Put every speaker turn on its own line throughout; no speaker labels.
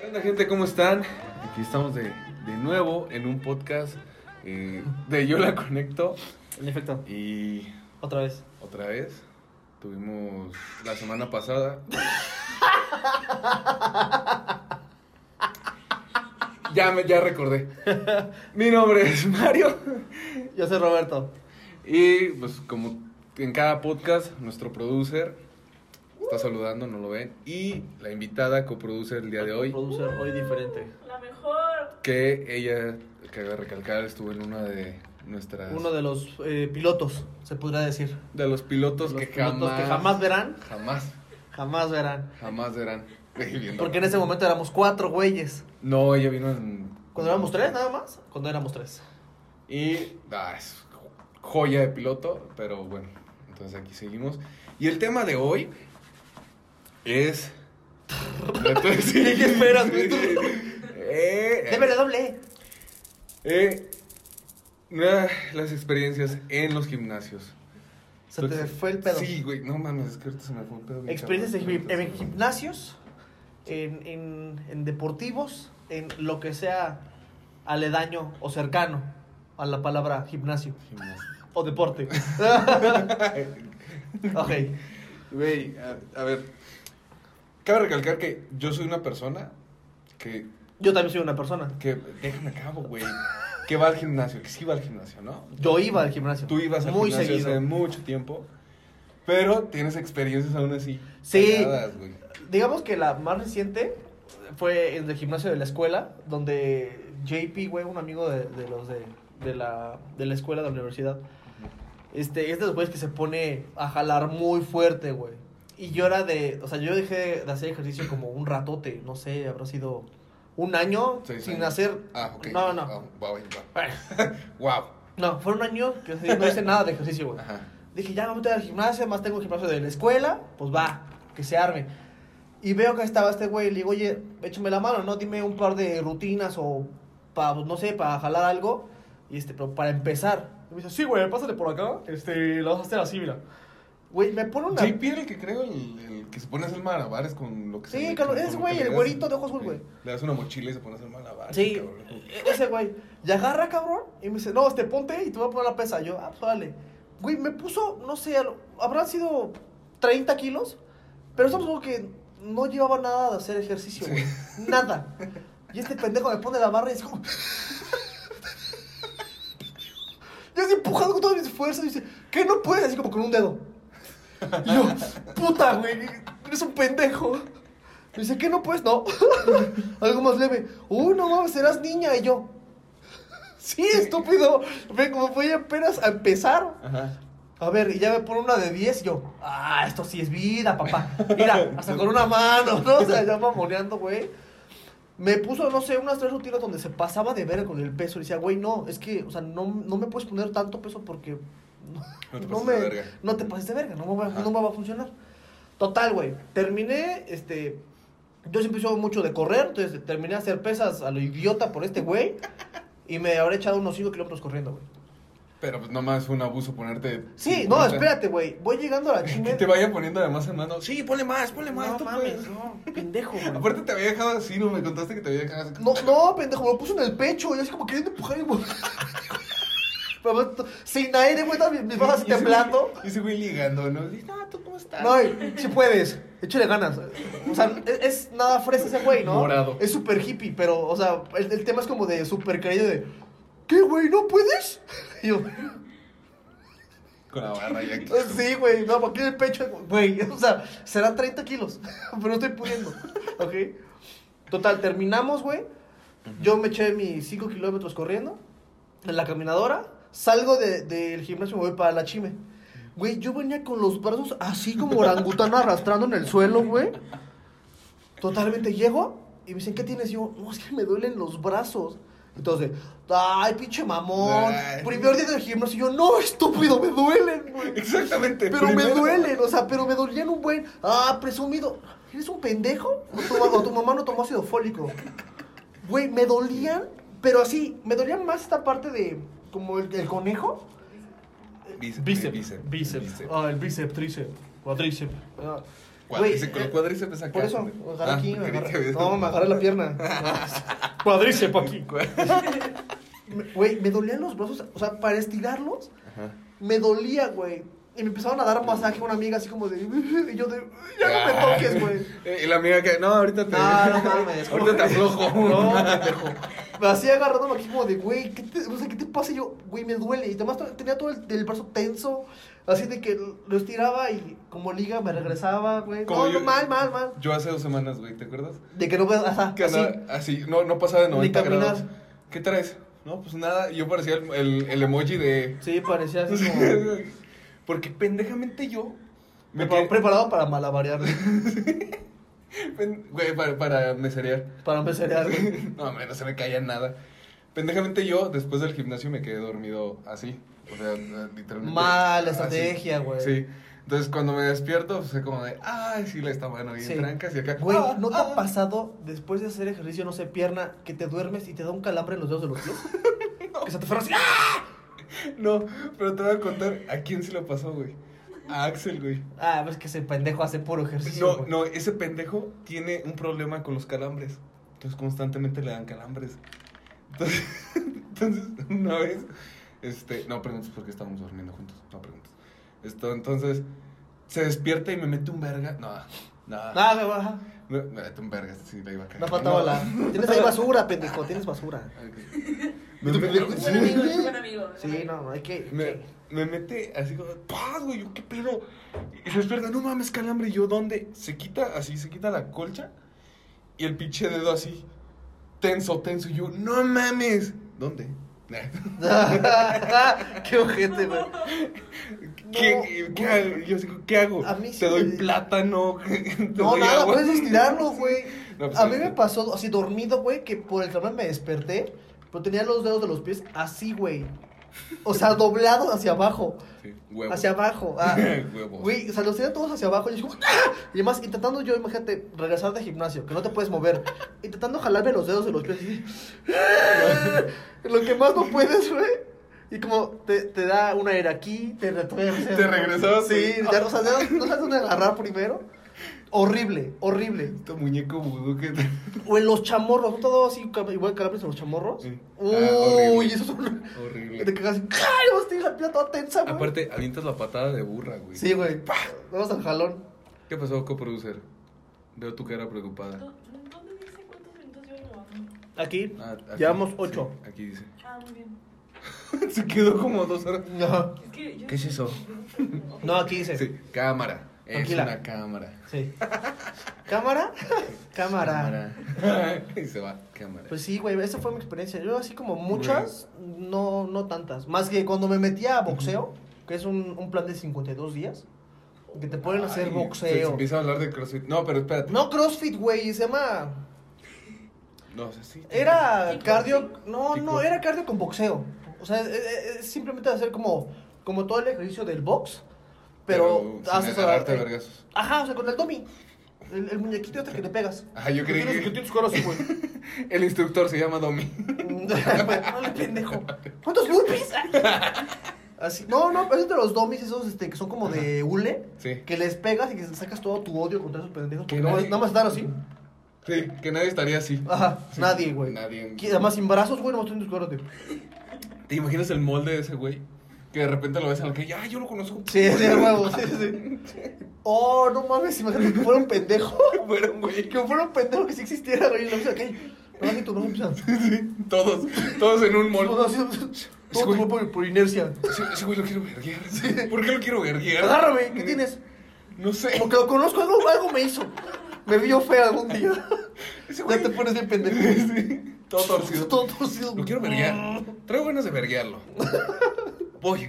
¿Qué onda, gente? ¿Cómo están? Aquí estamos de, de nuevo en un podcast eh, de Yo la Conecto.
En efecto,
Y
otra vez.
otra vez, tuvimos la semana pasada. Ya, me, ya recordé. Mi nombre es Mario.
Yo soy Roberto.
Y pues como en cada podcast, nuestro producer está saludando, no lo ven. Y la invitada coproduce el día de hoy,
Producer hoy diferente.
La mejor.
que ella, que de recalcar, estuvo en una de nuestras...
Uno de los eh, pilotos, se podría decir.
de los pilotos,
Los
que,
pilotos
jamás,
que jamás verán.
Jamás,
Jamás verán.
jamás verán.
Porque en ese momento éramos cuatro güeyes.
No, ella vino en...
Cuando éramos tres, nada más. Cuando éramos tres.
Y ah, es joya de piloto, pero bueno, entonces aquí seguimos. Y el tema de hoy es... Entonces,
¿Qué esperas, güey? Tú-
Eh,
¡Débele doble!
eh, ah, las experiencias en los gimnasios.
Se te fue el pedo.
pues, Sí, güey, no mames, es que ahorita se me fue el pedo. bien
Experiencias en,
cabrón.
gim- en gimnasios, en, en- en deportivos, en lo que sea aledaño o cercano a la palabra gimnasio
Gimnasio.
o deporte. ok.
Güey, a, a ver. Cabe recalcar que yo soy una persona que
Yo también soy una persona.
Que, déjame acabo, güey. Que va al gimnasio, que sí va al gimnasio, ¿no?
Yo iba al gimnasio.
Tú ibas al
Muy
gimnasio
seguido.
hace mucho tiempo, pero tienes experiencias aún así.
Sí.
cagadas, güey.
Digamos que la más reciente fue en el gimnasio de la escuela, donde JP, güey, un amigo de, de los de, de la, de la escuela, de la universidad, este, es de los güeyes que se pone a jalar muy fuerte, güey. Y yo era de, o sea, yo dejé de hacer ejercicio como un ratote, no sé, habrá sido un año
Seis
sin
años.
hacer...
Ah, ok.
No, no.
Ah, Wow,
Bueno,
wow.
no, fue un año que no hice nada de ejercicio,
Wow.
güey.
Ajá.
Dije, ya me voy a meter al gimnasio, además tengo el gimnasio de la escuela, pues va, que se arme. Y veo que estaba este güey, le digo, oye, échame la mano, ¿no? Dime un par de rutinas o, pa, pues, no sé, para jalar algo. Y este, pero para empezar. Y me dice, sí, güey, pásale por acá, este, lo vas a hacer así, mira. Güey, me pone una...
JP era el que creo, el, el que se pone a hacer malabares con lo que
Sí,
le-
Carlos,
con
ese
lo que
güey,
le
el
das.
güerito de ojos azul, güey.
Le das una mochila y se pone a hacer malabares.
Sí,
cabrón.
e- ese güey. Y agarra, cabrón, y me dice, no, este, ponte y te voy a poner la pesa. Yo, ah, pues dale. Güey, me puso, no sé, a lo- habrán sido 30 kilos, pero estamos como que no llevaba nada de hacer ejercicio, güey. Nada. Y este pendejo me pone la barra y es como... Yo así empujando con todas mis fuerzas y dice, ¿qué no puedes? Así como con un dedo. Y yo, puta, güey, eres un pendejo. Me dice, ¿qué no puedes? No. Algo más leve. Uy, no mames, serás niña. Y yo, sí, estúpido. Ve como voy apenas a empezar.
Ajá.
A ver, y ya me pone una de 10 y yo, ah, esto sí es vida, papá. Mira, hasta con una mano, ¿no? O sea, ya mamoneando, güey. Me puso, no sé, unas tres rutinas donde se pasaba de ver con el peso. Y decía, güey, no, es que, o sea, no, no me puedes poner tanto peso porque
No te
no
pases
me,
de verga.
No te pases de verga, no me va,
Ajá.
no me va a funcionar. Total, güey. Terminé, este. Yo siempre hice mucho de correr, entonces terminé a hacer pesas a lo idiota por este güey. Y me habré echado unos 5 kilómetros corriendo, güey.
Pero pues nomás fue un abuso ponerte.
Sí, no,
50.
espérate, güey. Voy llegando a la
Que
chingada.
te vaya poniendo además en mano. Sí, ponle más, ponle más.
No
tú
mames,
puedes.
no, pendejo, güey.
Aparte te había dejado así, no me contaste que te había dejado así.
No, no, pendejo, me lo puso en el pecho, y así como queriendo empujar y güey. Pero, bueno, t- Sin aire, güey, todas mis- mis
Y
bajas
ese güey-
temblando.
Y ese güey ligando, ¿no? Dice, no, ¿tú cómo estás?
No, si puedes, échale ganas. O sea, es, es nada fresa ese güey, ¿no?
Morado.
Es súper hippie, pero, o sea, el, el tema es como de súper caído de. ¿Qué, güey? ¿No puedes? Y yo,
Con la barra ya aquí.
Pues sí, güey, no, porque el pecho, güey, o sea, serán 30 kilos, pero no estoy pudiendo, ¿ok? Total, terminamos, güey. Yo me eché mis 5 kilómetros corriendo en la caminadora, salgo de- del gimnasio y me voy para la chime. Güey, yo venía con los brazos así como orangutano arrastrando en el suelo, güey. Totalmente llego y me dicen, ¿qué tienes? Y yo, no, es que me duelen los brazos. Entonces, ay, pinche mamón.
Ay.
Primer día del gimnasio, y yo, no, estúpido, me duelen, güey.
Exactamente.
Pero me
primero.
duelen, o sea, pero me dolían un buen. Ah, presumido. ¿Eres un pendejo? O tu, ma- o tu mamá no tomó ácido fólico. Güey, me dolían, pero así, me dolían más esta parte de. como el, el conejo.
Bíceps.
Bíceps.
bíceps,
Bíceps.
bíceps.
Ah, el bíceps, tríceps, cuadríceps. Ah.
Cuadrice-
Güey,
con
eh,
los cuadríceps es acá.
Por eso,
pendejo.
me agarré
Ah,
aquí, me
creí que
agarré.
habías-
No, me agarré la pierna. Cuadríceps aquí.
Cua-
Me- Güey, me dolían los brazos, o sea, para estirarlos,
Ajá.
me dolía, güey. Y me empezaron a dar masaje una amiga así como de... Y yo de... Ya no me
Ah.
toques, güey.
Y la amiga que, no, ahorita te.
No, no mames, ¿cómo
ahorita te
crees?
aflojo.
No, pendejo. Me hacía agarrándome aquí como de, güey, ¿qué te, o sea, ¿qué te pasa? Y yo, güey, me duele. Y además to- tenía todo el, el brazo tenso, así de que lo estiraba y como liga me regresaba, güey.
Como
No,
yo-
no, mal, mal, mal.
Yo hace dos semanas, güey, ¿te acuerdas?
De que no puedes, ajá,
Que
así.
andaba así, no, no pasaba de
Ni
90
caminar.
grados. ¿Qué traes? No, pues nada, yo parecía el, el, el emoji de.
Sí, parecía así como...
Porque pendejamente yo. Me
Me pre-
quedé-
preparado para malabarear, güey,
pen- Güey, para, para meserear.
para empezar güey.
No, hombre, no se me caía nada. Pendejamente yo, después del gimnasio, me quedé dormido así. O sea, literalmente.
Mala
así.
estrategia, güey.
Sí. Entonces, cuando me despierto, pues, fue como de, ay, sí, la estaban bien
Sí.
trancas y acá.
Güey,
ah,
¿no te
ah.
ha pasado después de hacer ejercicio, no sé, pierna, que te duermes y te da un calambre en los dedos de los pies? Que se te fueron así. ¡ah!
No, pero te voy a contar a quién se lo pasó, güey. A Axel, güey.
Ah, ves que ese pendejo hace puro ejercicio.
No,
güey.
no, ese pendejo tiene un problema con los calambres. Entonces constantemente le dan calambres. Entonces, entonces una vez, este, no preguntes por qué estábamos durmiendo juntos, no preguntes. Esto, entonces, se despierta y me mete un verga. No, no,
Ah, güey, ajá.
Me, me mete un verga, sí, la iba a caer.
No faltaba
No.
la. Tienes ahí basura, pendejo, tienes basura.
Me,
Tu
me-
pendejo
sí.
es
Buen amigo, es buen amigo.
Sí, no, no, hay que.
Me, me mete así como, ¡paz, güey! yo, ¿Qué pedo? Y se despierta, no mames, calambre. Y yo, ¿dónde? Se quita así, se quita la colcha y el pinche dedo así, tenso, tenso. Y yo, ¡no mames! ¿Dónde? Nah.
Qué ojete, güey.
¿Qué,
No,
qué
güey.
hago? Yo así, ¿qué hago?
A mí sí
Te doy
me-
plátano. te
No,
doy
nada,
agua.
puedes estirarlo, güey.
No, pues,
A mí
sí.
me pasó así dormido, güey, que por el calambre me desperté, pero tenía los dedos de los pies así, güey. O sea, doblados hacia abajo.
Sí, huevo.
Hacia abajo. Ah.
Huevos.
Güey, o sea, los tenía todos hacia abajo. Y, yo, ¡ah! y además, intentando yo, imagínate, regresar de gimnasio, que no te puedes mover. Intentando jalarme los dedos de los pies. así. Lo que más no puedes, güey. Y como te, te da una era aquí, te retuerces.
Te regresabas,
Sí,
güey.
ya no, o sea, ya no- no sabes dónde agarrar primero. Horrible, horrible.
Este muñeco vudú que.
O en los chamorros, ¿no todo así, cam- igual calambres en los chamorros?
Sí.
Uy,
Ah, horrible.
eso es un...
Horrible.
Te cagas así, ¡ay! Vas a tener la piel toda tensa, güey.
Aparte, avientas la patada de burra, güey.
Sí, güey. Vamos al jalón.
¿Qué pasó, coproducer? Veo tu cara preocupada.
¿Dónde dice cuántos minutos yo
Aquí.
Ah, aquí,
Llevamos
sí,
ocho.
aquí dice.
Ah, muy bien.
Se quedó como dos horas.
Ajá.
Es que yo-
¿Qué es eso?
No, aquí dice.
Sí, cámara. Es
Tranquila.
una cámara.
Sí. ¿Cámara? Cámara.
Cámara. y se va, cámara.
Pues sí, güey, esa fue mi experiencia. Yo así como muchas, no, no tantas. Más que cuando me metía a boxeo, que es un, un plan de 52 días, que te pueden hacer
Ay, Se, se
boxeo.
empieza a hablar de CrossFit. No, pero espérate.
No CrossFit, güey, se llama...
No, o sea, sí.
Era
Kickboxing.
cardio... No, no,
Kickboxing.
era cardio con boxeo. O sea, es, es- es simplemente hacer como, como todo el ejercicio del box, pero... eh,
sin agarrarte a vergazos.
Ajá, o sea, con el dummy. El, el muñequito este que le pegas.
Ah, yo creí
tienes-
que-
tienes cara así, güey.
El instructor se llama Domi.
no le pendejo. ¿Cuántos burpees? Así. No, no, pero es de los dummies esos este, que son como de hule.
Sí.
Que les pegas y que sacas todo tu odio contra esos pendejos.
Que
Porque no,
nadie-
nada más estar así.
Sí, que nadie estaría así.
Ajá,
Sí.
nadie, güey.
Nadie.
Que Además, sin brazos, güey, no tienes cara de.
¿Te imaginas el molde de ese güey? Que de repente lo ves al que, ah, yo lo conozco.
Sí, sí, a huevo, sí, sí, sí. Oh, no mames, imagínate que fuera un pendejo.
Bueno, güey.
Que fuera un pendejo que sí existiera, güey. Y lo ves acá y- No, ni tu brazo empieza.
Todos, todos en un molde.
No, sí, Todo tu cuerpo por- por inercia.
Ese, ese güey lo quiero verguear. ¿Por qué lo quiero verguear?
Agárrame, ¿qué tienes?
No sé.
Como que lo conozco, algo, algo me hizo. Me vio fea algún día.
Ese
Ya te pones bien pendejo.
Sí, Todo torcido.
Todo torcido. Mm.
Lo quiero verguear. Traigo ganas de verguearlo. Voy.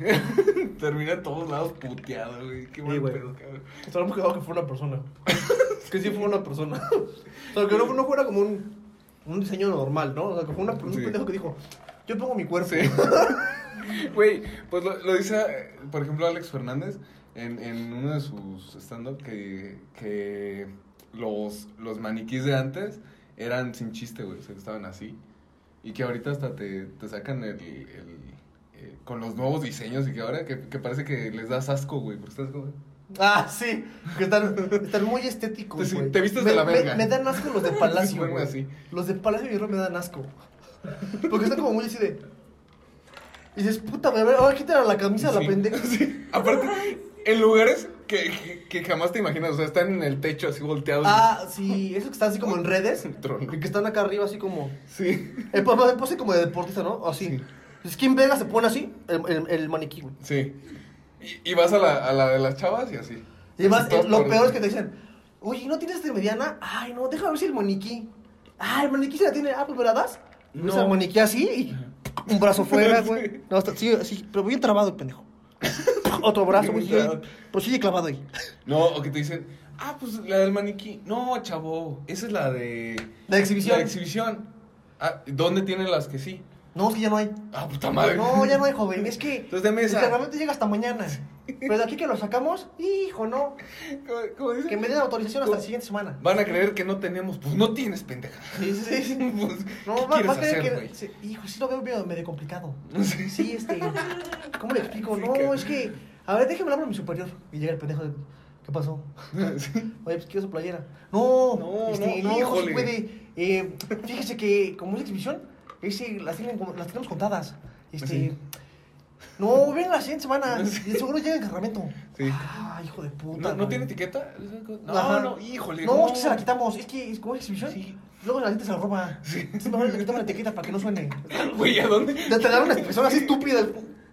Termina en todos lados puteado, güey. Qué mal
güey.
pedo, cabrón.
Estábamos quedado que fue una persona. Que sí fue una persona. O sea, que no, no fuera como un, un diseño normal, ¿no? O sea, que fue una, un
Sí.
pendejo que dijo, yo pongo mi cuerpo.
Sí. Güey, pues lo, lo dice, eh, por ejemplo, Alex Fernández en, en uno de sus stand-up que, que los, los maniquís de antes eran sin chiste, güey. O sea, estaban así. Y que ahorita hasta te, te sacan el, el, eh, con los nuevos diseños y que ahora que, que parece que les das asco, güey. Porque estás como...
Ah, sí. Que están, están muy estéticos,
Sí,
güey.
te vistes
Me-
de la
me-
verga.
Me, dan asco los de Palacio,
Bueno,
güey.
así.
Los de Palacio Hierro me dan asco. Porque están como muy así de... Y dices, puta, güey, a ver, ahora quítale la camisa a la
Sí.
pendeja.
Sí. Aparte, en lugares que, que, que jamás te imaginas. O sea, están en el techo así volteados.
Ah, sí, eso que están así como en redes.
Trono.
Y que están acá arriba así como...
Sí.
El papá de pose como de deportista, ¿no? Así.
Sí.
Es que en Vega se pone así el, el- el maniquí, güey.
Sí. Y, y vas a la, a la de las chavas y así.
Y además,
Así
eh,
todas
lo
por-
peor es que te dicen, oye, ¿no tienes de mediana? Ay, no, deja ver si el maniquí. Ah, el maniquí se la tiene. Ah, pues, ¿verdad? No.
No.
Usa el maniquí así y un brazo fuera, güey. No, hasta, sí, sí, pero bien trabado el pendejo. Otro brazo, güey.
Bien trabado.
sí, Pero sigue clavado ahí.
No, o que te dicen, ah, pues la del maniquí. No, chavo, esa es la de.
La exhibición.
La exhibición. Ah, ¿Dónde tienen las que sí?
No, es que ya no hay.
Ah, puta madre.
No, ya no hay, joven. Es que.
Entonces deme
Es
esa.
que realmente llega hasta mañana. Pero de aquí que lo sacamos, hijo, no.
¿Cómo, cómo dicen?
Que me den autorización hasta la siguiente semana.
Van a creer que no tenemos. Pues no tienes, pendeja.
Sí, sí, sí.
Pues,
No,
¿qué
va,
quieres
va a creer
hacer,
que.
güey?
sí, hijo, sí lo veo medio, medio complicado.
Sí.
Sí, este. ¿Cómo le explico?
Sí,
No,
que-
es que. A ver, déjeme hablar con mi superior. Y llega el pendejo de. ¿Qué pasó?
Sí.
Oye, pues quiero su playera. No,
No,
este,
no,
el hijo sí
híjole.
puede. Eh, fíjese que, como es exhibición, ese, las, tienen, como- las tenemos contadas. Este.
Sí.
No, ven la siguiente semana.
Sí.
Y seguro llega en cargamento.
Sí.
Ah, hijo de puta.
¿No, no
güey.
tiene etiqueta? No,
Ajá.
no, híjole.
No, es que se la quitamos. Es que, es como es exhibición.
Sí.
Luego la gente se la roba. Es mejor le quitamos la etiqueta para que no suene.
Güey, ¿a dónde?
Ya te dan una expresión así estúpida.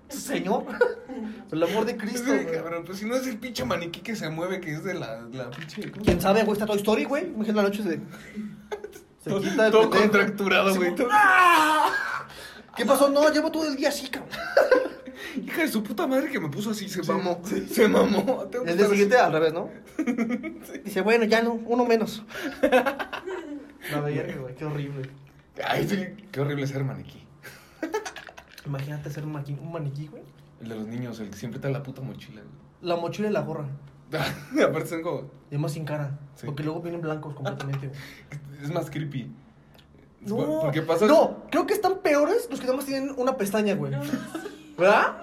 Señor, por el amor de
Sí,
Cristo. güey.
cabrón, pues si no es el pinche maniquí que se mueve, que es de la, la pinche. ¿cómo?
¿Quién sabe, güey? Está Toy Story, güey. Imagínate la noche de... Se
Todo,
quita el
todo
pendejo.
contracturado,
Sí,
güey. ¡Ah! todo-
¿Qué pasó? No, llevo todo el día así, cabrón.
Hija de su puta madre que me puso así, se
Sí,
mamó.
sí.
Se mamó. Tengo que
El día
estar
siguiente al revés, ¿no? Dice, bueno, ya no, uno menos. La verga, güey, qué horrible.
así. Ay, sí, qué horrible ser maniquí.
Imagínate ser un maqui- un maniquí, güey.
El de los niños, el que siempre trae la puta mochila, güey.
La mochila y la gorra.
Aparte son como.
Y además sin cara.
Sí.
Porque luego vienen blancos completamente, güey.
Es más creepy. Es
No,
por- Porque pasa.
no, creo que están peores los que nada más tienen una pestaña, güey.
No, sí.
¿Verdad?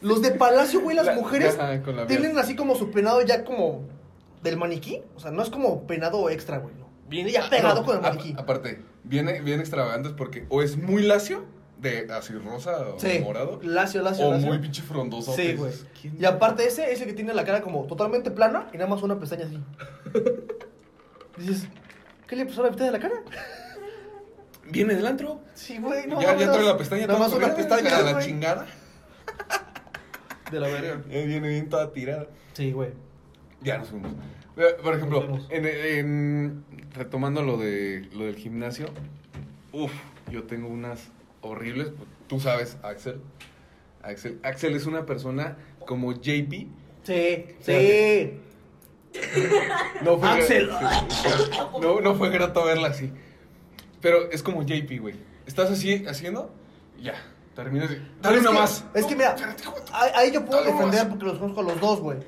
Los de palacio, güey, las
La-
mujeres
ajá, con la
tienen
mía.
así como su penado ya como del maniquí. O sea, no es como penado extra, güey. no. Viene ya
Ah,
pegado
no,
con el
a-
maniquí.
Aparte, viene, viene extravagantes porque o es muy lacio, de así rosa o
sí.
morado.
Lacio, lacio,
O
lacio.
muy pinche frondoso.
Sí,
pues,
güey.
¿quién-
Y aparte ese es el que tiene la cara como totalmente plana y nada más una pestaña así. Dices, ¿qué le pasó a la mitad de la cara?
Viene del antro.
Sí, güey, no.
ya, ya
no,
trae la pestaña
Nada
toda
más una
corriente,
pestaña,
A la
güey.
chingada.
De la verga.
Eh, Viene bien toda tirada.
Sí, güey.
Ya nos fuimos. Eh, Por ejemplo,
Nos fuimos.
en, en- retomando lo, de, lo del gimnasio, uff, yo tengo unas horribles. pues, Tú sabes, Axel. Axel, Axel es una persona como JP.
Sí, sí.
Fíjate. No fue
Axel.
No, no fue grato verla así. Pero es como JP, güey. Estás así haciendo, ya. Terminas de. Dale
Es
una
que-
más.
Es que mira,
espérate, hijo de-
ahí, ahí yo puedo
Dale una
defender
más.
porque los conozco a los dos, güey.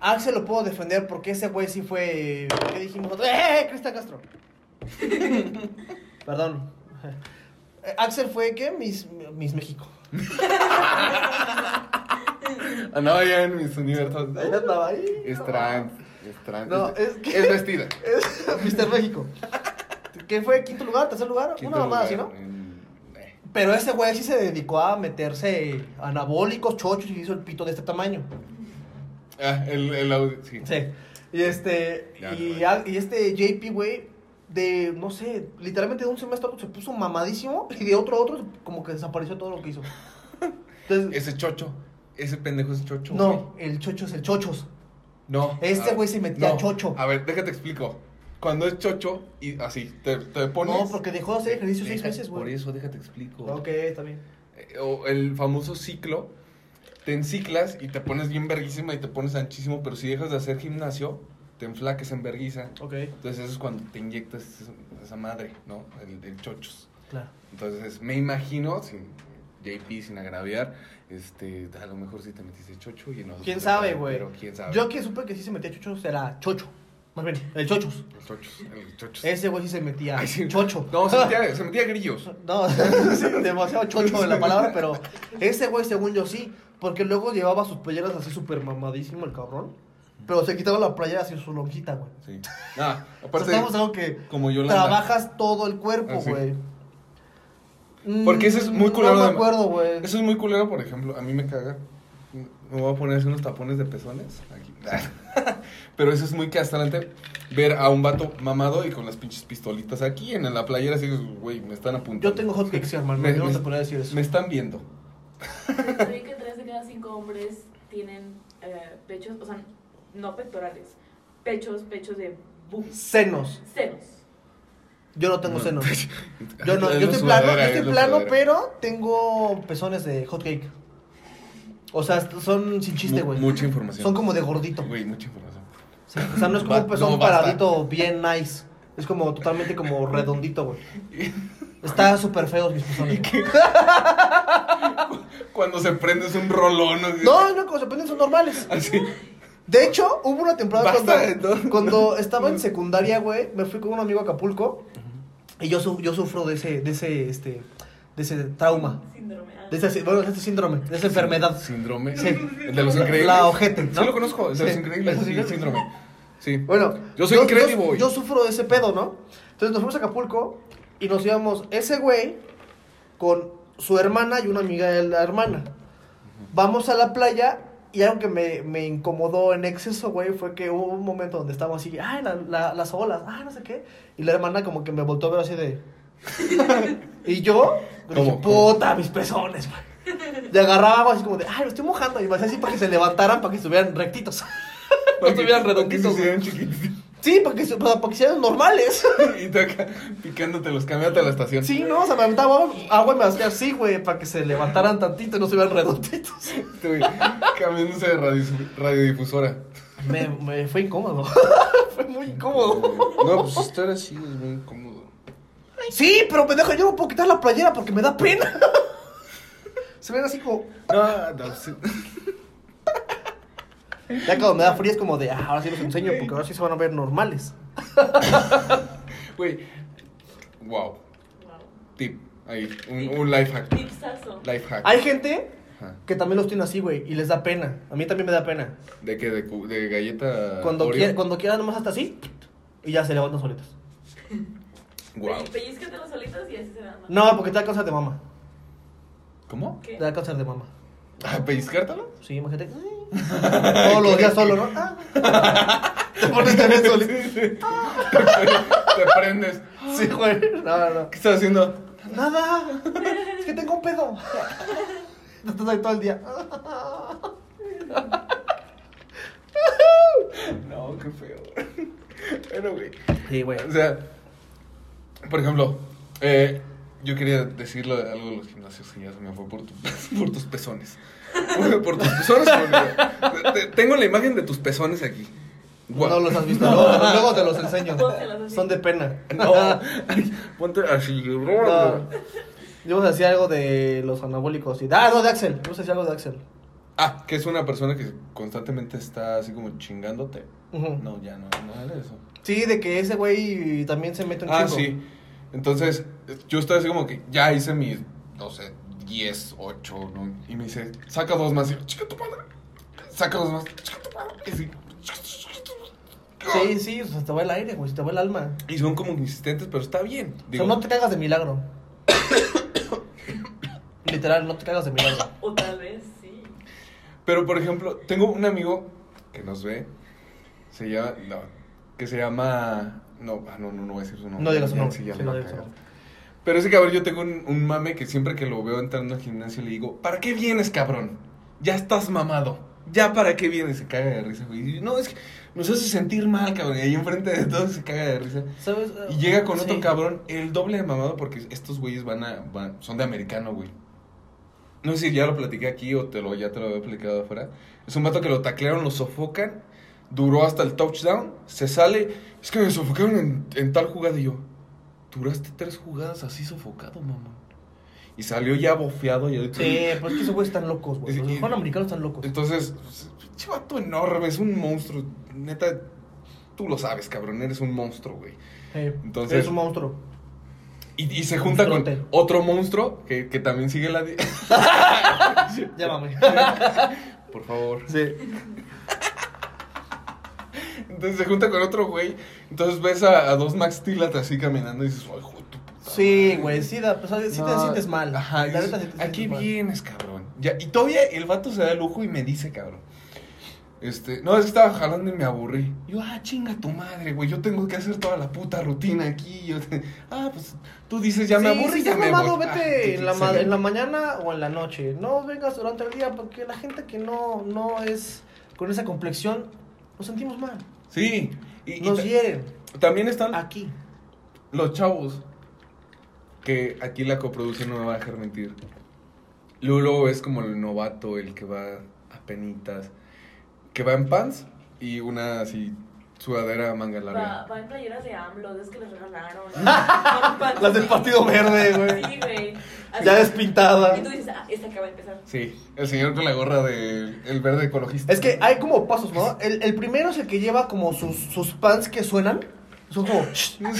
Axel lo puedo defender porque ese güey sí fue. ¿Qué dijimos nosotros? ¡Eh, eh, Cristian Castro! Perdón. Eh, Axel fue, ¿qué? Mis, mis México.
Andaba ya en mis universos.
Ahí andaba ahí.
Es trans, es trans.
No, es que-
es vestida.
Es Mr. México. ¿Qué fue? ¿Quinto lugar? ¿Tercer lugar?
Quinto
Una mamada
lugar
así, ¿no?
en- eh,
Pero ese güey sí se dedicó a meterse anabólicos, chochos y hizo el pito de este tamaño.
Ah, el, el audio, sí.
Sí. Y este.
Ya,
y,
no,
a- y este JP, güey, de, no sé, literalmente de un semestre a otro se puso mamadísimo y de otro a otro como que desapareció todo lo que hizo. Entonces,
Ese chocho, ese pendejo es chocho. güey.
no, el chocho es el chochos.
No.
Este
a-
güey se metía
no.
chocho.
A ver, déjate explico. Cuando es chocho y así, te, te pones.
No, porque dejó de hacer ejercicio seis
Deja-
meses,
Por
güey.
eso, déjate explico.
Ok, está bien.
Eh, O el famoso ciclo. Te enciclas y te pones bien verguísima y te pones anchísimo, pero si dejas de hacer gimnasio, te enflaques en verguiza.
Ok,
Entonces eso es cuando te inyectas esa- esa madre, ¿no? El, el chochos.
claro.
Entonces, me imagino, sin JP, sin agraviar, este, a lo mejor si te metiste chocho y no.
¿Quién sabe, güey?
Pero quién sabe.
Yo que supe que sí se metía chochos era chocho. Más bien, el chochos.
El chochos, el chochos.
Ese güey sí se metía.
Ay, sí.
Chocho.
No, se metía, se metía grillos.
No, sí, demasiado chocho de la palabra, pero ese güey, según yo, sí. Porque luego llevaba sus playeras así súper mamadísimo el cabrón. Pero se quitaba la playera así su lonjita, güey.
Sí. Ah,
O sea,
aparte,
estamos hablando que
como yo
trabajas todo el cuerpo,
Ah, sí.
güey. Mm,
Porque eso es muy culero
No
de-
me acuerdo, güey.
Eso es muy culero, por ejemplo. A mí me caga. Me voy a poner así unos tapones de pezones. Aquí. Pero eso es muy castrante. Ver a un vato mamado y con las pinches pistolitas aquí en la playera. Así, güey, me están apuntando.
Yo tengo hot cakes, hermano.
Me-
yo no
me-
te podría decir eso.
Me están viendo.
Estoy que tres de cada cinco hombres tienen eh, pechos, o sea, no pectorales, pechos, pechos de boobs,
Senos.
senos.
Yo no tengo senos. Yo no,
Es la
yo estoy plano, yo
sudadera,
estoy
es la
plano,
sudadera.
pero tengo pezones de hot cake. O sea, son sin chiste,
Mu-
güey.
Mucha información.
Son como de gordito.
Güey, mucha información.
Sí, O sea, no es como un
Va-
pezón
no, basta.
paradito bien nice. Es como totalmente como redondito, güey. Está súper feos mis pezones. güey.
Cuando se prende es un rolón. ¿no?
No, no, como se prenden son normales.
Así.
De hecho, hubo una temporada
Ah, Basta de
cuando,
todo.
cuando estaba en secundaria, güey, me fui con un amigo a Acapulco y yo, su- yo sufro de ese, de ese, este, de ese trauma.
Síndrome. ah.
De ese, bueno, de ese síndrome, de esa enfermedad.
Síndrome.
Sí.
El de los increíbles.
La ojete, ¿no?
Sí, lo conozco. El de los
Sí,
increíbles.
los
Sí,
increíbles.
síndrome. Sí.
Bueno,
Yo soy incrédulo,
Yo,
güey.
yo sufro de ese pedo, ¿no? Entonces nos fuimos a Acapulco y nos íbamos ese güey con su hermana y una amiga de la hermana. Vamos a la playa y algo que me, me incomodó en exceso, güey, fue que hubo un momento donde estábamos así, ay, la- la- las olas, ah, no sé qué. Y la hermana como que me voltó a ver así de... y yo,
¿Cómo?
dije, puta, mis pezones, güey. Y agarraba algo así como de, ay, me estoy mojando. Y me hacía así para que se levantaran, para que estuvieran rectitos. no estuvieran redonditos,
Porque
güey.
se hicieran chiquititos.
Sí, para que, se- para para que sean normales.
Y tú acá picándote los camiones a la estación.
Sí, no, o sea, me aventaba agua y me hacía así, güey, para que se levantaran tantito y no se vean redonditos.
Este güey, Cambiándose de radio- radiodifusora.
Me, me fue incómodo. fue muy incómodo.
No, pues estar así es muy incómodo.
Sí, pero pendejo, yo no puedo quitar la playera porque me da pena. se ven así como.
No, no, sí.
Ya cuando me da frío es como de, ah, ahora sí los enseño porque ahora sí se van a ver normales.
Güey, wow.
Wow.
Tip, ahí, un, un life hack.
Tipsazo.
Life hack.
Hay gente
Ajá.
que también los tiene así, güey, y les da pena. A mí también me da pena.
¿De qué? ¿De, cu- de galleta?
Cuando,
Oreo?
quiera, cuando quiera, nomás hasta así y ya se levantan solitos.
Wow.
Pe- Pellizcate los solitos y así se dan.
No, porque te da cáncer de mama.
¿Cómo?
Te
¿Qué?
da cáncer de mama.
¿A pellizcártalo?
Sí, imagínate. Todos los días solo, ¿no? Ah. Te pones también solito.
Te prendes.
Sí, güey. No, no, no.
¿Qué estás haciendo?
Nada. Es que tengo un pedo. Estás ahí todo el día.
No, qué feo. Bueno, güey.
Sí, güey.
O sea, por ejemplo, eh, yo quería decirlo de algo de los gimnasios que ya se me fue por, tu- por tus pezones. Por tus pezones. se me olvidó. Te- Tengo la imagen de tus pezones aquí. Guau.
No los has visto. Luego, luego te los enseño.
Luego te los enseño.
Son de pena.
No. Ay, Ponte así.
No. Yo vos decía algo de los anabólicos. Y... Ah, no, de Axel. Yo vos decía algo de Axel.
Ah, que es una persona que constantemente está así como chingándote.
Ujú.
No, ya no, no era eso.
Sí, de que ese güey también se mete un
Ah,
chingo.
sí. Entonces, yo estaba así como que ya hice mis, no sé, 10, 8, ¿no? Y me dice, saca dos más. Y yo, chica tu madre. Saca dos más. Chica tu madre. Y así,
Sí, sí, o sea, te va el aire, güey, se te va el alma.
Y son como insistentes, pero está bien. Digo,
o sea, no te cagas de milagro. Literal, no te cagas de milagro.
O tal vez sí.
Pero, por ejemplo, tengo un amigo que nos ve. Se llama, no, que se llama, no, ah, no, no, no voy a decir su nombre.
No digas su nombre.
Sí, ya
Sí,
le
no
va a
digas su
cagar.
nombre.
Pero ese cabrón, yo tengo un, un mame que siempre que lo veo entrando al gimnasio le digo, ¿para qué vienes, cabrón? Ya estás mamado. ¿Ya para qué vienes? Se caga de risa, güey. Y, No, es que nos hace sentir mal, cabrón. Y ahí enfrente de todos se caga de risa.
¿Sabes?
Y llega con otro
Sí.
cabrón, el doble de mamado, porque estos güeyes van a, van- son de americano, güey. No sé si ya lo platiqué aquí o te lo, ya te lo había platicado afuera. Es un vato que lo taclearon, lo sofocan, duró hasta el touchdown, se sale. Es que me sofocaron en, en tal jugada y yo. Duraste tres jugadas así sofocado, mamón. Y salió ya bofeado y ahorita-
Sí, pues es que esos güeyes están locos, güey. Los
Sí.
hermanos americanos están locos.
Entonces, pinche vato enorme, es un monstruo. Neta, Tú lo sabes, cabrón, eres un monstruo, güey.
Eh,
Entonces-
eres un monstruo.
Y, y se junta con
Monstruote.
otro monstruo que, que también sigue la... di-
Llámame.
Por favor.
sí.
Entonces se junta con otro güey. Entonces ves a, a dos Max Steel así caminando y dices, ¡ay, hijo de tu puta!
Sí, güey, sí, da- pues, sí te
No,
sientes mal.
Ajá,
la
dices,
neta sí te sientes
¿a qué
mal.
vienes, cabrón? Ya, y todavía el vato se da el lujo y me dice, cabrón. Este, no, es que estaba jalando y me aburrí. Yo, ah, chinga tu madre, güey. Yo tengo que hacer toda la puta rutina aquí. Yo, ah, pues tú dices, ya me
Sí,
aburrí,
si
ya
estás
me
mamado,
voy. Ah,
vete en, la, ma-
excelente.
en la mañana o en la noche. No vengas durante el día porque la gente que no, no es con esa complexión nos sentimos mal.
Sí, y, y
Nos
ta-
hieren
también están
aquí.
los chavos que aquí la coproducción no me va a dejar mentir. Lulo es como el novato, el que va a penitas, que va en pants y una así sudadera manga
Va,
larga.
va en playeras de AMLO, de esas que les regalaron.
Las del Partido Verde, güey.
Sí, güey. Así-
Ya despintada.
Y tú dices, ah, esta que va a empezar.
Sí, el señor con la gorra del el verde ecologista.
Es que ¿ah, hay como pasos, ¿no? El, el primero es el que lleva como sus, sus pants que suenan. Son como...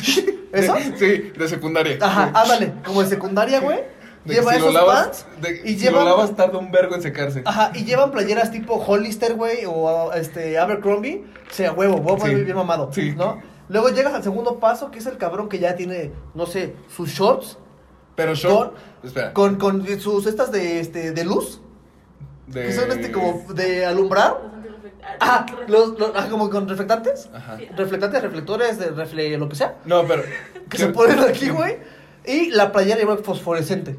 ¿Eso?
Sí, de secundaria.
Ajá,
Sí.
ándale. Como de secundaria, güey.
De que
Lleva
si lo
esos
lavas-
pants.
de-
y
si
lleva- Ah,
lo lavas tarda un vergo en secarse.
Ajá, y llevan playeras tipo Hollister, güey, o este Abercrombie, o sea huevo, voy a poner
Sí.
bien mamado,
Sí.
¿no? Luego llegas al segundo paso, que es el cabrón que ya tiene, no sé, sus shorts
Pero short, espera,
con, con sus estas de este de luz,
de-
que son este como de alumbrar.
Los antirreflect-
Ah, los, los- ah, como con reflectantes,
Ajá.
Sí.
reflectantes, reflectores, de refle, lo que sea,
No, pero
que se ponen aquí, güey, y la playera lleva fosforescente.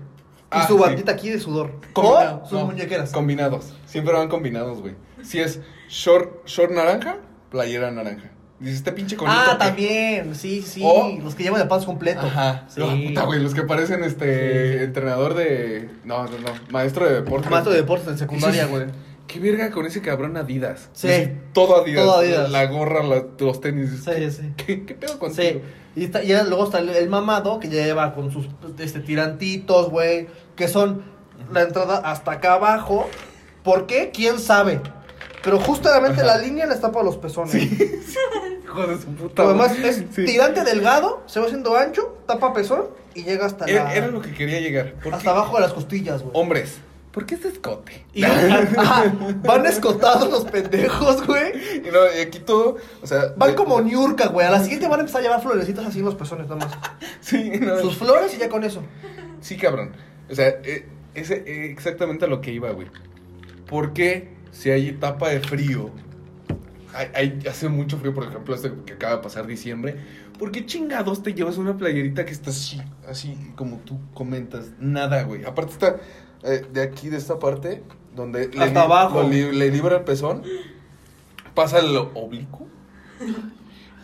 Ah,
y su
sí.
bandita aquí de sudor.
Combinado,
Con sus
no,
muñequeras.
Combinados. Siempre van combinados, güey. Si es short, short naranja, playera naranja. Dices, este pinche conito.
Ah,
¿qué?
también, sí, sí,
O-
los que llevan el pants completo.
Ajá.
Sí.
Ah, puta, güey, los que parecen este
Sí.
entrenador de. No, no, no. Maestro de deporte.
Maestro de deportes en secundaria,
Dices,
güey.
Qué verga con ese cabrón Adidas.
Sí.
Dices, todo Adidas.
Todo Adidas.
La gorra, la- los tenis. Dices,
Sí, sí.
¿Qué, qué pedo contigo?
Sí. Y, está- y luego está el, el mamado que ya lleva con sus este, tirantitos, güey, que son la entrada hasta acá abajo. ¿Por qué? ¿Quién sabe? Pero justamente
Ajá.
la línea le está para los pezones.
Hijo de su puta.
Pero además
madre.
es
Sí.
tirante delgado, se va haciendo ancho, tapa pezón y llega hasta,
Era,
la-
era lo que quería llegar. ¿Por qué?
hasta abajo de las costillas, güey.
Hombres, ¿por qué este escote?
Y ajá, van escotados los pendejos, güey.
Y no, y aquí todo, o sea...
Van
de-
como Niurka, güey. A la siguiente van a empezar a llevar florecitas así en los pezones, nada más.
Sí, no,
Sus flores y ya con eso.
sí, cabrón. O sea, eh, es eh, exactamente a lo que iba, güey. ¿Por qué si hay etapa de frío? hay- hay- hace mucho frío, por ejemplo, este que acaba de pasar diciembre. ¿Por qué chingados te llevas una playerita que está así, así como tú comentas? Nada, güey. Aparte está eh, de aquí, de esta parte, donde le,
Hasta
li-
abajo.
lo li- le libra el pezón, pasa el oblicuo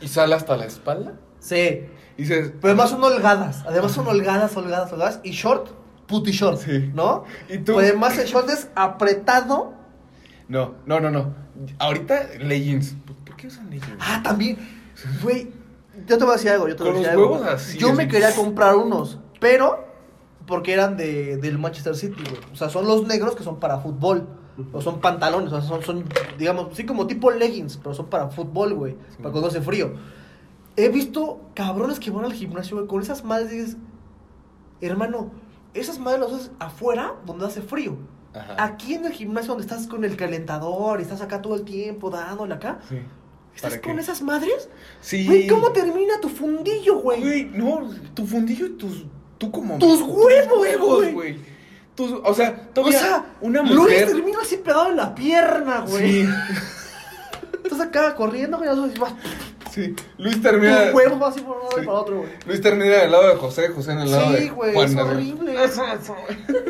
y sale hasta la espalda.
Sí.
Y dices,
Pero además son holgadas. Además son holgadas, holgadas, holgadas. Y short, puti short.
Sí.
¿No?
¿Y tú?
Pero además el short es apretado.
No, no, no, no. Ahorita leggings. ¿Por- ¿Por qué usan leggings?
Ah, también. Güey, yo te voy a decir algo. Yo te voy a
Con
decir
los
algo.
huevos así,
yo me
así.
quería comprar unos, pero porque eran de, del Manchester City, güey. O sea, son los negros que son para fútbol. O son pantalones, o sea, son, son, digamos, sí, como tipo leggings, pero son para fútbol, güey. Para cuando hace frío. He visto cabrones que van al gimnasio, güey, con esas madres. y dices, Hermano, esas madres las usas afuera donde hace frío.
Ajá.
Aquí en el gimnasio donde estás con el calentador y estás acá todo el tiempo dándole acá.
Sí.
¿Estás
¿Para
con
qué?
esas madres?
Sí.
Güey, ¿cómo termina tu fundillo, güey?
Güey, no, tu fundillo y tus. Tú como.
Tus huevos, güey.
Tus, o sea,
O
todavía
sea,
una
Luis
mujer.
termina así pegado en la pierna, güey.
Sí,
Estás acá corriendo, güey, y vas,
sí. Luis termina.
tus huevos vas así por un lado
Sí.
y para otro, güey.
Luis termina del lado de José, José en el lado de.
Sí, güey,
Juan,
es
¿no?
horrible.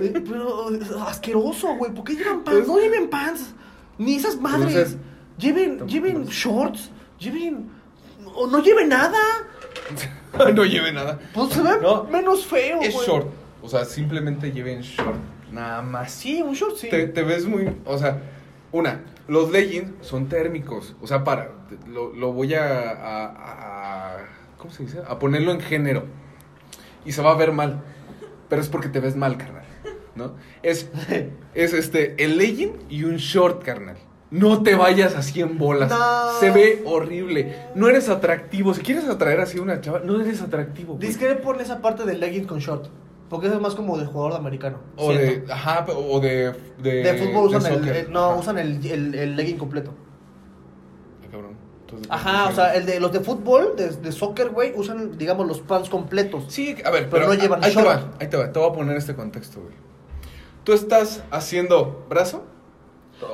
Eh, Pero es asqueroso, güey. ¿Por qué llevan pants?
Es-
No lleven pants. Ni esas madres.
Entonces,
lleven,
tampoco
lleven
es-
shorts. Lleven. O no lleven nada.
no lleve nada.
Pues se ve
No.
menos feo, güey.
Es short. O sea, simplemente lleven short. Nada más.
Sí, un short, sí.
te, te ves muy. O sea, una, los leggings son térmicos. O sea, para. te- Lo, lo voy a, a- a- ¿Cómo se dice? A ponerlo en género. Y se va a ver mal. Pero es porque te ves mal, carnal. ¿No? Es, es este, el legging y un short, carnal. No te vayas a 100 bolas.
No.
Se ve horrible. No eres atractivo. Si quieres atraer así a una chava, no eres atractivo. güey.
Discrepo en esa parte de leggings con short. Porque eso es más como de jugador de americano.
O
siento.
de, ajá, pe- o de, de,
eh, De fútbol
de
usan, el,
soccer.
el- no,
Ajá.
usan el, el, el legging completo.
Ah, cabrón. Entonces,
Ajá, o sea, el de, los de fútbol, de, de soccer, güey, usan, digamos, los pants completos.
Sí, a ver, pero,
Pero no llevan
ahí
short.
te va, ahí te va, te voy a poner este contexto, güey. Tú estás haciendo brazo.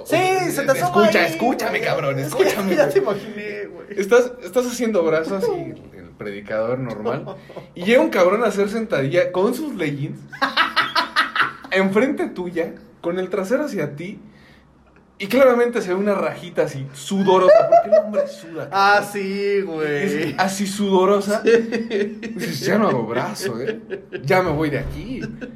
Sí, se te asoma
Escucha,
ahí,
escúchame,
güey.
cabrón,
Es que
escúchame.
Ya te
güey.
imaginé, güey.
Estás, estás haciendo brazo así, el predicador normal. Y llega un cabrón a hacer sentadilla con sus leggings. enfrente tuya, con el trasero hacia ti. Y claramente se ve una rajita así, sudorosa. ¿Por qué el hombre suda?
Ah,
cabrón?
sí, güey.
Es así sudorosa. Dices, ya no hago brazo, ¿eh? Ya me voy de aquí. Qué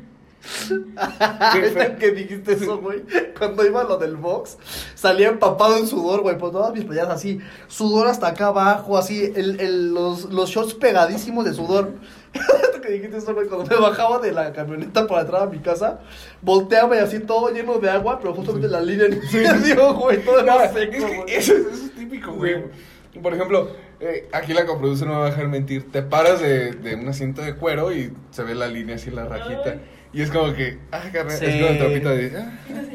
Ah, Ahorita
feo.
que dijiste eso, güey. Cuando iba a lo del box, salía empapado en sudor, güey. Pues todas mis playeras así, sudor hasta acá abajo, así, el, el- los, los shorts pegadísimos de sudor. Ahorita que dijiste eso, güey, cuando me bajaba de la camioneta para entrar a mi casa, volteaba y así todo lleno de agua, pero justamente la línea en medio, güey, todo
No,
era
es
seco,
que
güey.
eso, eso es típico, güey. Por ejemplo, eh, aquí la coproduce no me va a dejar mentir. Te paras de, de un asiento de cuero y se ve la línea así, la rajita. Y es como que, ah, carnal,
Sí.
es como el trapito de. ah.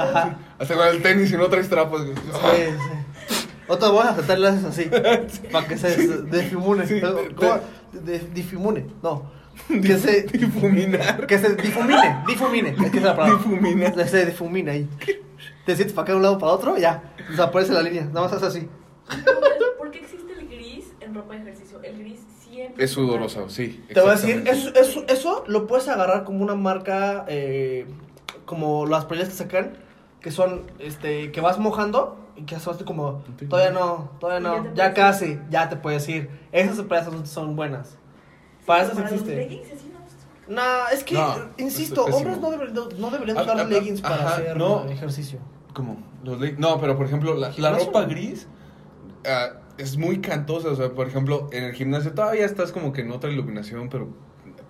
Ajá.
Hasta con el tenis y no traes trapos.
Sí, sí. Otra vez vamos a tratar las así, para que se difumune.
Sí, te-
¿Cómo? De- difumune, no. Que se,
Difuminar.
Que se difumine, difumine. Es que es la palabra.
Difumina.
Se difumina ahí. Te sientes para acá de un lado para otro, ya. Desaparece la línea. Nada más haces así.
¿Por qué existe el gris en ropa de ejercicio? El gris siempre.
Es sudoroso, sí.
Te voy a decir,
exactamente.
eso, eso, eso lo puedes agarrar como una marca, eh, como las playeras que sacan, que son, este, que vas mojando y que haces como, todavía no, todavía
Ya
no,
te
ya
puedes
casi, ya te puedes ir. Esas playas son, son buenas. Para esas
los
existe.
leggings, así no.
No, es que, eh,
No,
insisto,
es pésimo.
hombres no deberían, no deberían
Ah, ah,
usar
ah,
leggings para
ajá,
hacer
no.
ejercicio.
Como los le- No, pero por ejemplo, la, la
¿Gimnasio?
ropa gris ah, es muy cantosa. O sea, por ejemplo, en el gimnasio todavía estás como que en otra iluminación, pero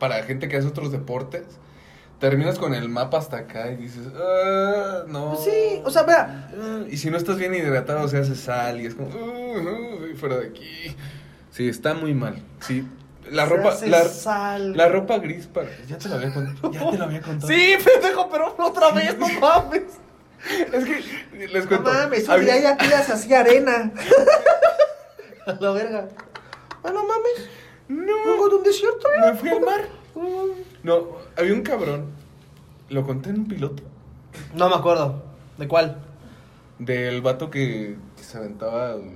para gente que hace otros deportes, terminas con el mapa hasta acá y dices, "Ah, no.
Pues sí, o sea, vea,
Ah, y si no estás bien hidratado, se hace sal y es como, "Uh, uh, fuera de aquí. Sí, está muy mal. Sí, la
Se
ropa.
hace
La,
sal.
la ropa gris para. Ya te la había contado. Ya te la había contado.
Sí, pendejo, pero otra vez, no mames.
Es que les
No
cuento.
mames, un
había-
día ya tiras así arena. A la verga. Ah, no mames. Vengo de un desierto.
Me fui al mar. No, había un cabrón. Lo conté en un piloto.
No me acuerdo. ¿De cuál?
Del vato que, que se aventaba el,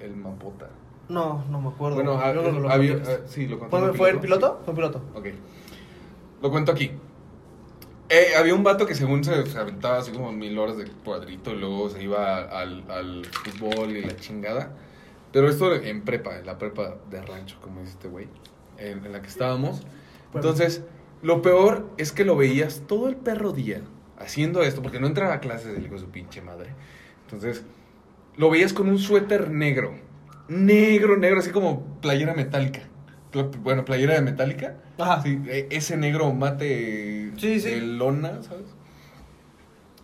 el mapota.
No, no me acuerdo.
Bueno,
Yo creo que lo
ah, había-
conté.
ah, sí, lo conté. en
¿Fue,
un
fue el piloto? Fue el piloto.
Sí. Ok. Lo cuento aquí. Eh, había un vato que según se, se aventaba así como mil horas de cuadrito y luego se iba al, al fútbol y la chingada. Pero esto en prepa, en la prepa de rancho, como dice este güey, en, en la que estábamos. Entonces, lo peor es que lo veías todo el perro día haciendo esto, porque no entraba a clases del hijo de su pinche madre. Entonces, lo veías con un suéter negro, negro, negro, así como playera metálica. Pla- Bueno, playera de metálica.
Ajá.
Sí, e- ese negro mate
Sí, sí.
de lona, ¿sabes?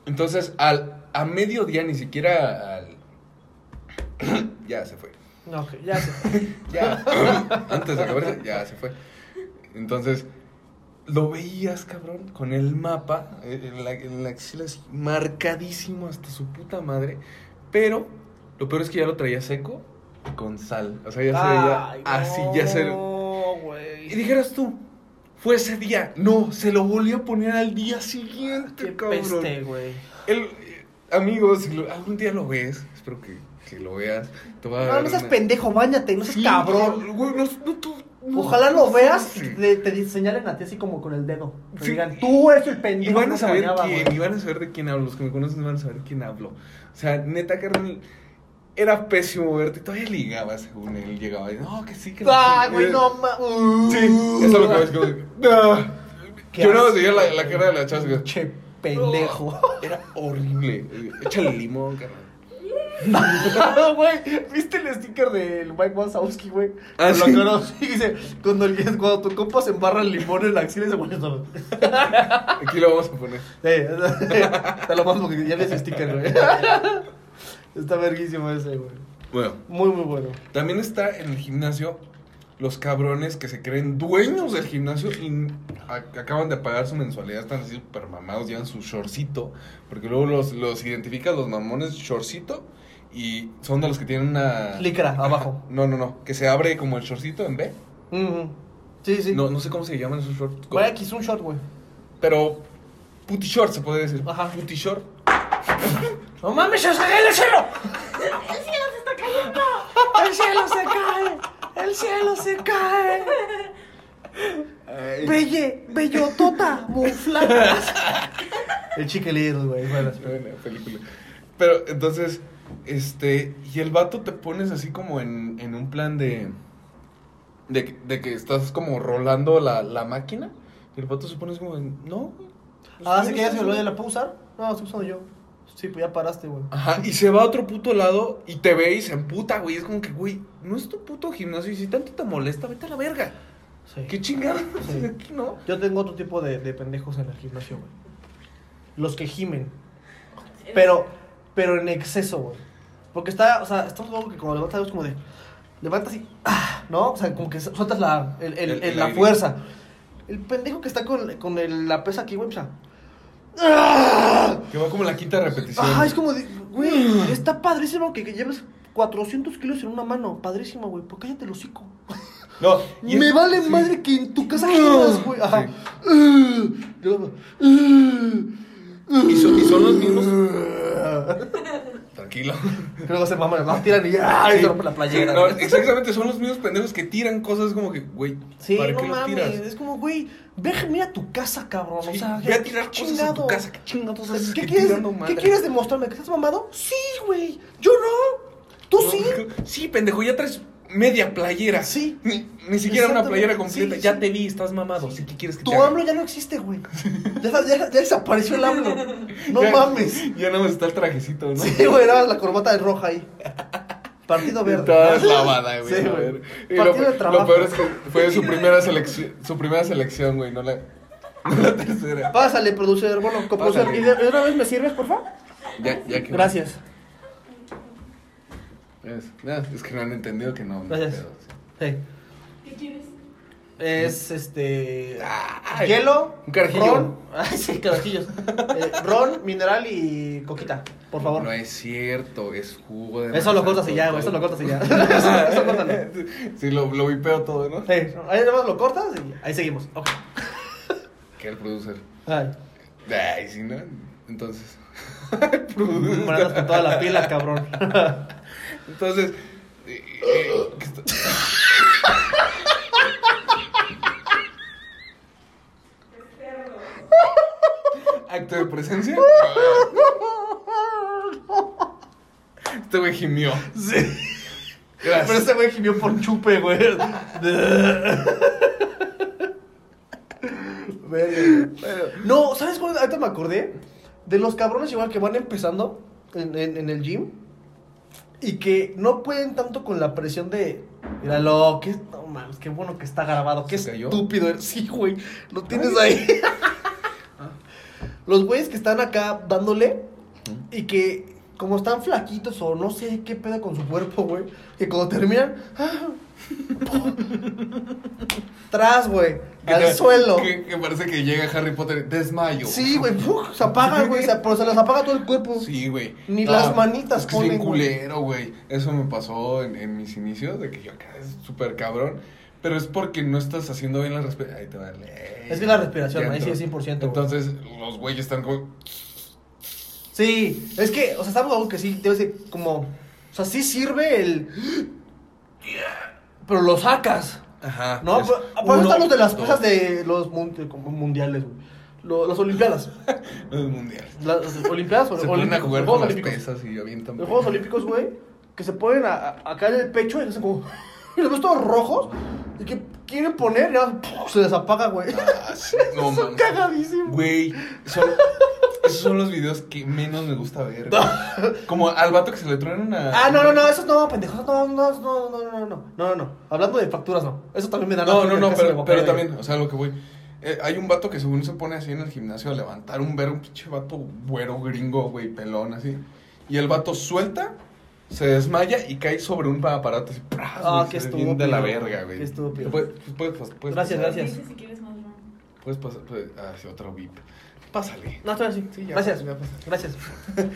Entonces, al, a mediodía ni siquiera al... ya se fue.
No, ok, ya sé.
Ya. Antes de acabarse, ya se fue. Entonces, lo veías, cabrón, con el mapa eh, en la, en la axila así, marcadísimo hasta su puta madre. Pero lo peor es que ya lo traía seco y con sal. O sea, ya se veía
Ay,
así, ya se.
No,
Y
güey.
dijeras tú, fue ese día. No, se lo volvió a poner al día siguiente,
Qué
"Este cabrón.
peste, güey.
El- eh, amigo, si lo- algún día lo ves, espero que, que lo veas. Te va a
No,
dar
no seas
una-
pendejo, bañate, no seas
Sí,
cabrón.
güey, no- no, tú- no,
Ojalá
no
lo veas
sé.
y te, te señalen a ti así como con el dedo. Te
Sí.
digan, tú eres el pendejo.
Y
que
van
no
a saber
bañaba,
quién,
güey".
y van a saber de quién hablo. Los que me conocen van a saber quién hablo. O sea, neta, carnal, era pésimo verte. Todavía ligaba, según él llegaba. y, No, que sí, que
Ah,
sí".
güey, no ma. Uh.
Sí, eso es lo que ves. Como, que, "No".
Qué
Yo no
asco,
veía la, la
güey.
cara de la chava. así que,
Che, pendejo.
Era horrible. Échale limón, carnal.
No, güey. ¿Viste el sticker del Mike Wazowski, güey?
Ah,
Con lo
sí.
que no- sí, dice, cuando, el- cuando tu compa se embarra el limón en la axila y se pone solo.
Aquí lo vamos a poner.
Eh, te lo mando porque ya ves el sticker, güey. Está verguísimo ese, güey.
Bueno,
Muy, muy bueno.
también está en el gimnasio los cabrones que se creen dueños del gimnasio y a- acaban de pagar su mensualidad, están así super mamados, llevan su shortcito, porque luego los, los identifican los mamones shortcito y son de los que tienen una...
Licra,
Ajá.
abajo.
No, no, no, que se abre como el shortcito en B.
Ujú. Sí, sí.
No, no sé cómo se llaman esos shorts.
Güey, aquí es un shot, güey.
Pero puti short se puede decir.
Ajá.
Puti short.
¡No mames, se sale el cielo! ¡El cielo se está cayendo! ¡El cielo se cae! ¡El cielo se cae! ¡Belle! ¡Bellotota! ¡Muflatas! El chique Little, güey. Bueno,
Buena película. Pero entonces, este, y el vato te pones así como en, en un plan de, de, que- de que estás como rolando la, la máquina. Y el vato se pone así como, en, no. pues,
ah,
yo
¿sí
no
que ya
estoy
se lo de
haciendo-".
la puedo usar? No, estoy usando yo. Sí, pues ya paraste, güey.
Ajá, y se va a otro puto lado y te ve y se emputa, güey. Es como que, güey, no es tu puto gimnasio y si tanto te molesta, vete a la verga.
Sí.
Qué chingada,
Sí.
aquí no.
Yo tengo otro tipo de, de pendejos en el gimnasio, güey. Los que gimen. Pero, pero en exceso, güey. Porque está, o sea, estamos como que cuando levantas es como de. Levanta así, ah, ¿no? O sea, como que sueltas la, el- el-
El-
el-
el
la
aire.
fuerza. El pendejo que está con, con el- la pesa aquí, güey, o sea. ¡ah!
Que va como la quinta repetición.
Ajá, Ah, es como de,
"Ah".
güey, está padrísimo que, que lleves 400 kilos en una mano. Padrísimo, güey, pues cállate el hocico.
No, y
Me
es-
vale
sí.
madre que en tu casa
No.
gimas, güey. Ajá.
Sí.
Uh, yo- uh, uh.
Y son- y son los Tranquilo.
Creo que se maman, más tiran y ¡ay!
Sí.
se rompe la playera.
No,
güey.
exactamente, son los mismos pendejos que tiran cosas como que, güey,
Sí,
¿para
no
qué los
mames.
tiras?
Es como, güey, ve, mira tu casa, cabrón.
Sí,
o sea,
ve a
¿qué
tirar cosas a
chingado?
tu casa, qué chingados haces
¿Qué
que
quieres,
tirando
¿Qué
madre?
quieres demostrarme? ¿Que estás mamado? Sí, güey. Yo no. Tú
No,
sí.
Sí, pendejo, ya traes media playera.
Sí.
Ni, ni siquiera una
Exactamente.
playera completa.
Sí,
ya
sí.
te vi, estás mamado. Sí, ¿qué quieres que
Tu
te haga?
AMLO ya no existe, güey. Ya, ya- ya desapareció el AMLO. No
Ya-
mames.
Ya no está el trajecito, ¿no?
Sí, güey, era la corbata de roja ahí. Partido verde.
Estaba lavada, güey.
Sí,
a
güey.
ver. Y lo,
Partido de
lo
trabajo.
peor es que fue su primera selección, su primera selección, güey, no la, no la tercera.
Pásale, producer. Bueno, coproducer.
Pásale.
¿Y de, de una vez me sirves, por favor?
Ya, ya que-
Gracias.
Es, no, es que no han entendido que no. no
Gracias.
pedo, sí.
Sí.
¿Qué quieres?
Es este.
Ay,
hielo.
un carajillo.
Ron. Ay, sí, carajillos. Eh, ron, mineral y coquita, por favor.
No es cierto, es jugo de.
Eso lo
manzana
cortas y ya, güey. Eso
con
lo
todo.
cortas y ya. Eso, eso córtalo.
Sí, lo, lo vipeo todo, ¿no?
Sí, ahí nada más lo cortas y ahí seguimos. Ok.
Que el producer.
Ay,
Ay, si no. Entonces.
me andas con toda la pila, cabrón.
Entonces. eh, eh, ¿qué está- Acto de presencia. Este güey gimió.
Sí.
Gracias.
Pero ese güey gimió por chupe, güey. Verga, güey. no, ¿sabes cuál? Ahorita me acordé de los cabrones igual que van empezando en, en- en el gym y que no pueden tanto con la presión de. Míralo, qué, no, mames, qué bueno que está grabado, qué
¿Se cayó?
estúpido eres. Sí, güey, lo tienes ahí. los güeyes que están acá dándole y que como están flaquitos o no sé qué pedo con su cuerpo, güey, que cuando terminan, ah, tras, güey,
Que
al
te-
suelo.
Que, que parece que llega Harry Potter. Desmayo.
Sí, güey, ¡puf! se apaga, güey, se, pero se les apaga todo el cuerpo.
Sí, güey. Ah,
Ni las manitas
es que es bien
ponen, güey.
culero, güey. Eso me pasó en, en mis inicios, de que yo acá es súper cabrón. Pero es porque no estás haciendo bien la respiración. Ahí te va
Es que la respiración, ahí sí es
100%.
100%, güey.
Entonces, los güeyes están como.
Sí, es que, o sea, estamos algo que sí, debe ser como, o sea, sí sirve el, pero lo sacas.
Ajá.
No,
es
por, por eso
uno,
están los de las
dos,
cosas de los mun- como mundiales, güey. Lo- Las olimpiadas.
Los mundiales.
Las, las olimpiadas o
Se ponen
olímpicos,
a jugar
los
con
Juegos
las
Olímpicos.
pesas y avientan.
Los Juegos Olímpicos, güey, que se ponen a, a- acá en el pecho y hacen como. Y los ves todos rojos y que quieren poner y nada más, ¡puf! se les apaga, güey.
Ah, sí, no,
Son
mames.
cagadísimos.
Güey, son- Esos son los videos que menos me gusta ver. güey. Como al vato que se le truena una.
Ah, no, no, no, esos no, pendejos, no, no, no, no, no, no, no, no, no. Hablando de facturas, no. Eso también me da la
No,
pena
no,
que
no,
casi me
pero,
voy a
pero
caer ahí.
también, o sea, lo que voy. eh, hay un vato que según se pone así en el gimnasio a levantar un ver un pinche vato güero gringo, güey, pelón, así. Y el vato suelta, se desmaya y cae sobre un aparato así. ¡pras!
Ah,
güey,
qué
se ve
estúpido.
bien de la verga, güey. Pues,
Qué estúpido.
Puedes- puedes pas- puedes
Gracias,
pasar.
gracias.
Dice si quieres más ¿no?
Puedes pasar. puedes- ah, sí, otro VIP. Pásale.
No, estoy así.
Sí, ya,
Gracias.
ya pasa.
Gracias.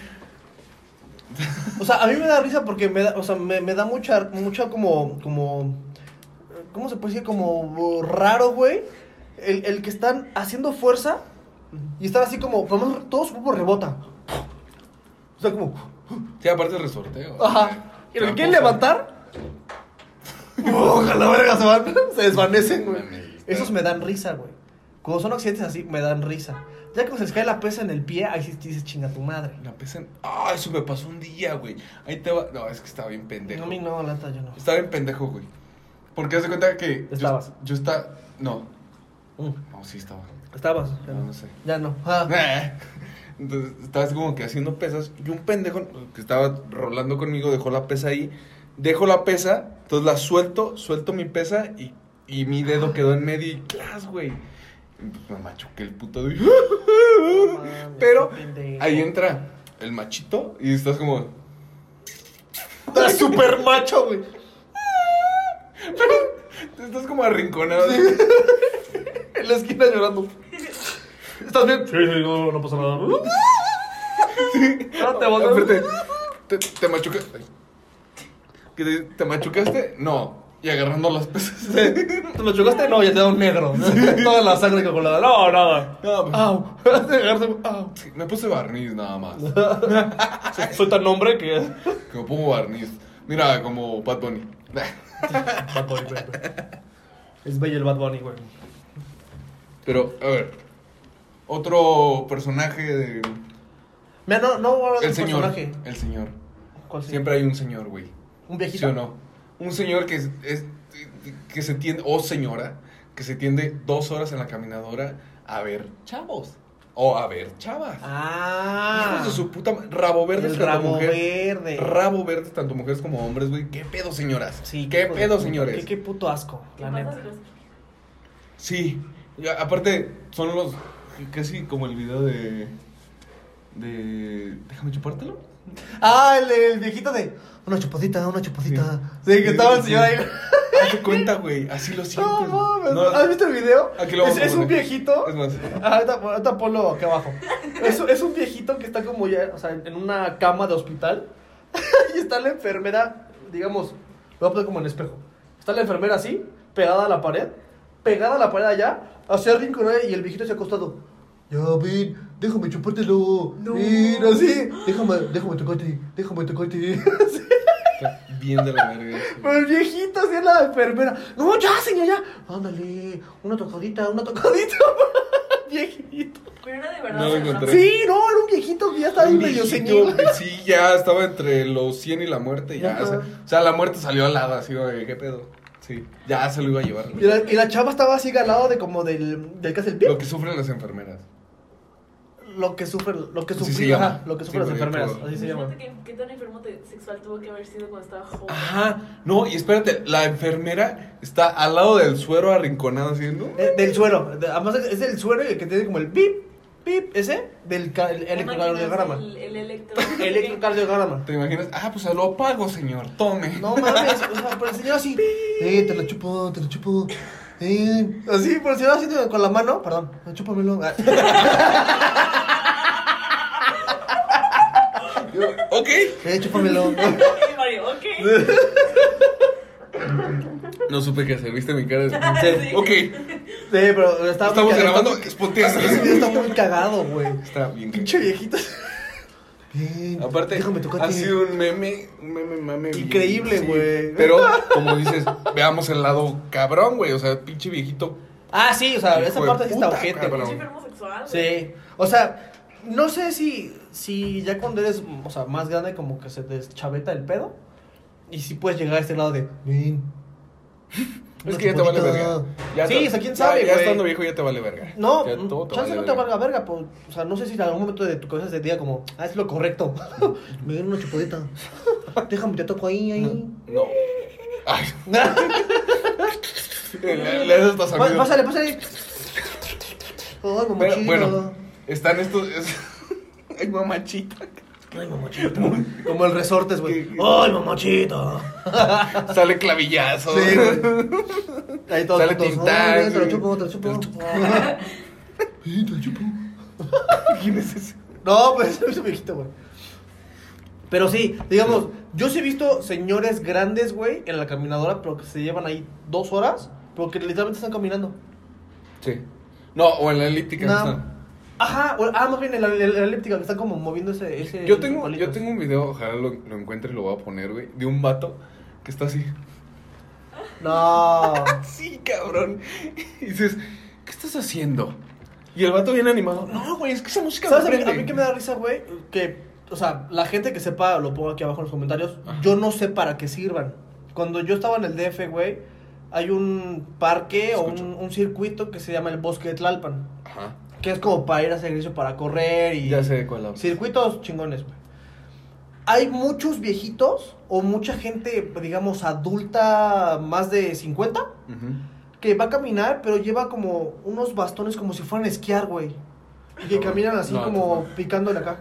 O sea, a mí me da risa porque me da, o sea, me, me da mucha, mucha como, como, ¿cómo se puede decir? Como raro, güey. El, el que están haciendo fuerza y están así como, como todo su cuerpo rebota. O sea, como,
Sí, aparte el resorteo.
ajá. Y lo que quieren levantar, ojalá, verga, se van, se desvanecen, güey.
Mames, está-
Esos me dan risa, güey. Cuando son accidentes así, me dan risa. Ya que se les cae la pesa en el pie, ahí sí dices, chinga tu madre.
La pesa en- Ah, eso me pasó un día, güey. Ahí te va. No, es que estaba bien pendejo.
No, a mí no, la neta, yo no.
Estaba bien pendejo, güey. Porque haz de cuenta que. yo-
Estabas.
Yo, estaba. No.
Mm,
No, sí estaba.
Estabas. Ya
No,
no.
no sé.
Ya no. Ah,
Entonces estabas como que haciendo pesas. Y un pendejo que estaba rolando conmigo dejó la pesa ahí. Dejo la pesa. Entonces la suelto. Suelto mi pesa. Y, y mi dedo quedó en medio. Y clas, güey. Y pues me machuqué el puto dedo.
no mames,
Pero
qué pendejo.
ahí entra el machito. Y estás como.
Estás súper macho, güey.
Te estás como arrinconado.
En la esquina llorando. ¿Estás bien? Sí, sí, no, no pasa nada. No te voy a
Aparte, te, te machucaste. ¿Que te, te machucaste? No. Y agarrando las pesas.
¿Te lo chocaste? No, ya te da un negro. Toda la sangre calculada. No, nada.
No, pues,
Au. Au.
sí, me puse barniz nada más.
Soy- Soy tan hombre que.
Que me pongo barniz. Mira, como Pat Bunny.
Bad Bunny, güey. Es bello el Bad Bunny, güey.
Pero, a ver. Otro personaje de.
Mira, no, no voy a hablar de
El
un
señor.
personaje.
El señor.
¿Cuál señor?
Siempre hay un señor, güey.
Un
¿Sí
viejito.
o no? Un señor que es, es- que se tiende, o señora, que se tiende dos horas en la caminadora a ver chavos. O a ver chavas.
Ah.
Hijos de su puta ma- rabo verde
El
tanto
rabo
mujer-
verde.
Rabo verde, tanto mujeres como hombres, güey. ¿Qué pedo, señoras?
Sí,
¿Qué
hijo de
pedo,
puta,
señores?
Qué, qué puto asco,
¿Qué
la
pasa,
neta.
Cruz?
Sí. Y a- aparte, son los. Casi como el video de. De. Déjame chupártelo.
Ah, el, el viejito de una chupadita, una chupadita. Sí, que estaba el señor ahí.
Hazte cuenta, güey. Así lo sientes.
No mames.
No,
¿Has visto el video?
Aquí lo vamos
es,
a
es un
poner.
viejito.
Es más.
Ah, Ahorita, ahorita ponlo acá abajo. Es, es un viejito que está como ya, o sea, en una cama de hospital. y está la enfermera, digamos, lo voy a poner como en espejo. Está la enfermera así, pegada a la pared, pegada a la pared allá, hacia el rincón ¿eh? y el viejito se ha acostado. Ya ven, déjame chupártelo.
No.
Mira, así. Déjame, déjame tocarte, déjame tocarte. Sí.
Está bien de la verga. eso.
Pero el viejito así en la enfermera. No, ya, señor, ya. Ándale, una tocadita, una tocadita. viejito.
Pero era de verdad.
No lo
o sea,
encontré.
Sí, no, era un viejito que ya estaba ahí
Un
medio
viejito,
señor.
que Sí, ya estaba entre los 100 y la muerte. Ya,
Ajá.
o, sea, o sea, la muerte salió al lado, así, güey, ¿qué pedo? Sí, ya se lo iba a llevar.
Y la, y la chava estaba así galado de como del, del que hace el pie.
Lo que sufren las enfermeras.
Lo que sufren, lo que
Así se
sufren, ajá,
llama.
lo que
Sí,
sufren las
güey,
enfermeras,
todo.
así se llama.
Imagínate qué- qué tan enfermo te- sexual tuvo que haber sido cuando estaba joven.
Ah,
Ajá, no, y espérate, la enfermera está al lado del suero arrinconado, así, ¿no?
Eh, del suero, de- además es el suero y el que tiene como el pip, pip, ese, del ca- el electrocardiograma.
El, el electro.
Electrocardiograma.
¿Te imaginas? Ah, pues se lo pago, señor, tome.
No mames, o sea, pero el señor así. Eh, te lo chupo, te lo chupo. Eh, así, pero el señor así con la mano, perdón, chúpamelo. Ah,
Yo, ok.
Eh, chúpamelo.
Y Mario, ok.
No supe qué hacer, ¿viste mi cara?
Sí.
Ok,
Sí, pero estaba muy
estamos
cagado.
grabando,
Ese
espoteando.
video está muy cagado, güey.
Está bien.
Pinche viejito. Bien.
Aparte,
déjame tocarte.
ha sido un meme, un meme, mame. bien-
Increíble, güey.
Pero, como dices, veamos el lado cabrón, güey. O sea, pinche viejito.
Ah, sí, o sea,
Hijo
esa
de
parte sí está
puta,
ojete,
cabrón.
Pinche
güey.
enfermo sexual.
Sí. O sea, no sé si, si ya cuando eres, o sea, más grande, como que se deschaveta el pedo. Y si puedes llegar a este lado de. Ven.
Es que ya te vale
Metropolitana.
verga. Ya
Sí,
te-
o sea, quién
ya-
sabe,
Ya
güey.
estando viejo ya te vale verga.
No, mm,
Ya todo
chance
vale
no te valga verga, pues, o sea, no sé si en algún momento de tu cabeza se te diga como, ah, es lo correcto. Me dieron una chupadita. Déjame, te toco ahí, ahí.
No. Ay, le, le haces hasta
Pa-
sonido.
Pásale, pásale. Ay,
Pero,
mamachita.
bueno, están estos. es- Ay, mamachita.
Ay, mamachita. Como el resortes, güey. Ay, mamachita.
Sale clavillazo.
Sí, güey. Ahí todos
Sale
juntos,
Tintán,
"Ay, Te lo
güey.
chupo, te lo chupo.
Te lo chupo.
Sí, te lo chupo.
¿Quién es ese?
No, pues es un viejito, güey. Pero sí, digamos, yo sí he visto señores grandes, güey, en la caminadora, pero que se llevan ahí dos horas, pero que literalmente están caminando.
Sí. No, o en la elíptica.
No.
están.
Ajá, o- ah, más bien en la, en la elíptica, que están como moviendo ese. ese
Yo tengo,
palito.
yo tengo un video, ojalá lo, lo encuentre y lo voy a poner, güey, de un vato que está así.
No.
Sí, cabrón. Y dices, ¿qué estás haciendo? Y el vato bien animado. No, güey, es que esa música
¿Sabes? A
me
mí, a mí
prende".
que me da risa, güey, que, o sea, la gente que sepa, lo pongo aquí abajo en los comentarios,
Ajá.
yo no sé para qué sirvan. Cuando yo estaba en el DF, güey, hay un parque o
Escucho.
un, un circuito que se llama el Bosque de Tlalpan.
Ajá.
Que es como para ir a hacer ejercicio, para correr y...
Ya sé de cuál hablas.
Circuitos chingones, güey. Hay muchos viejitos o mucha gente, digamos, adulta, más de 50,
Ujú.
que va a caminar, pero lleva como unos bastones como si fueran a esquiar, güey. Y que
No,
caminan así
no,
como
no.
picándole acá.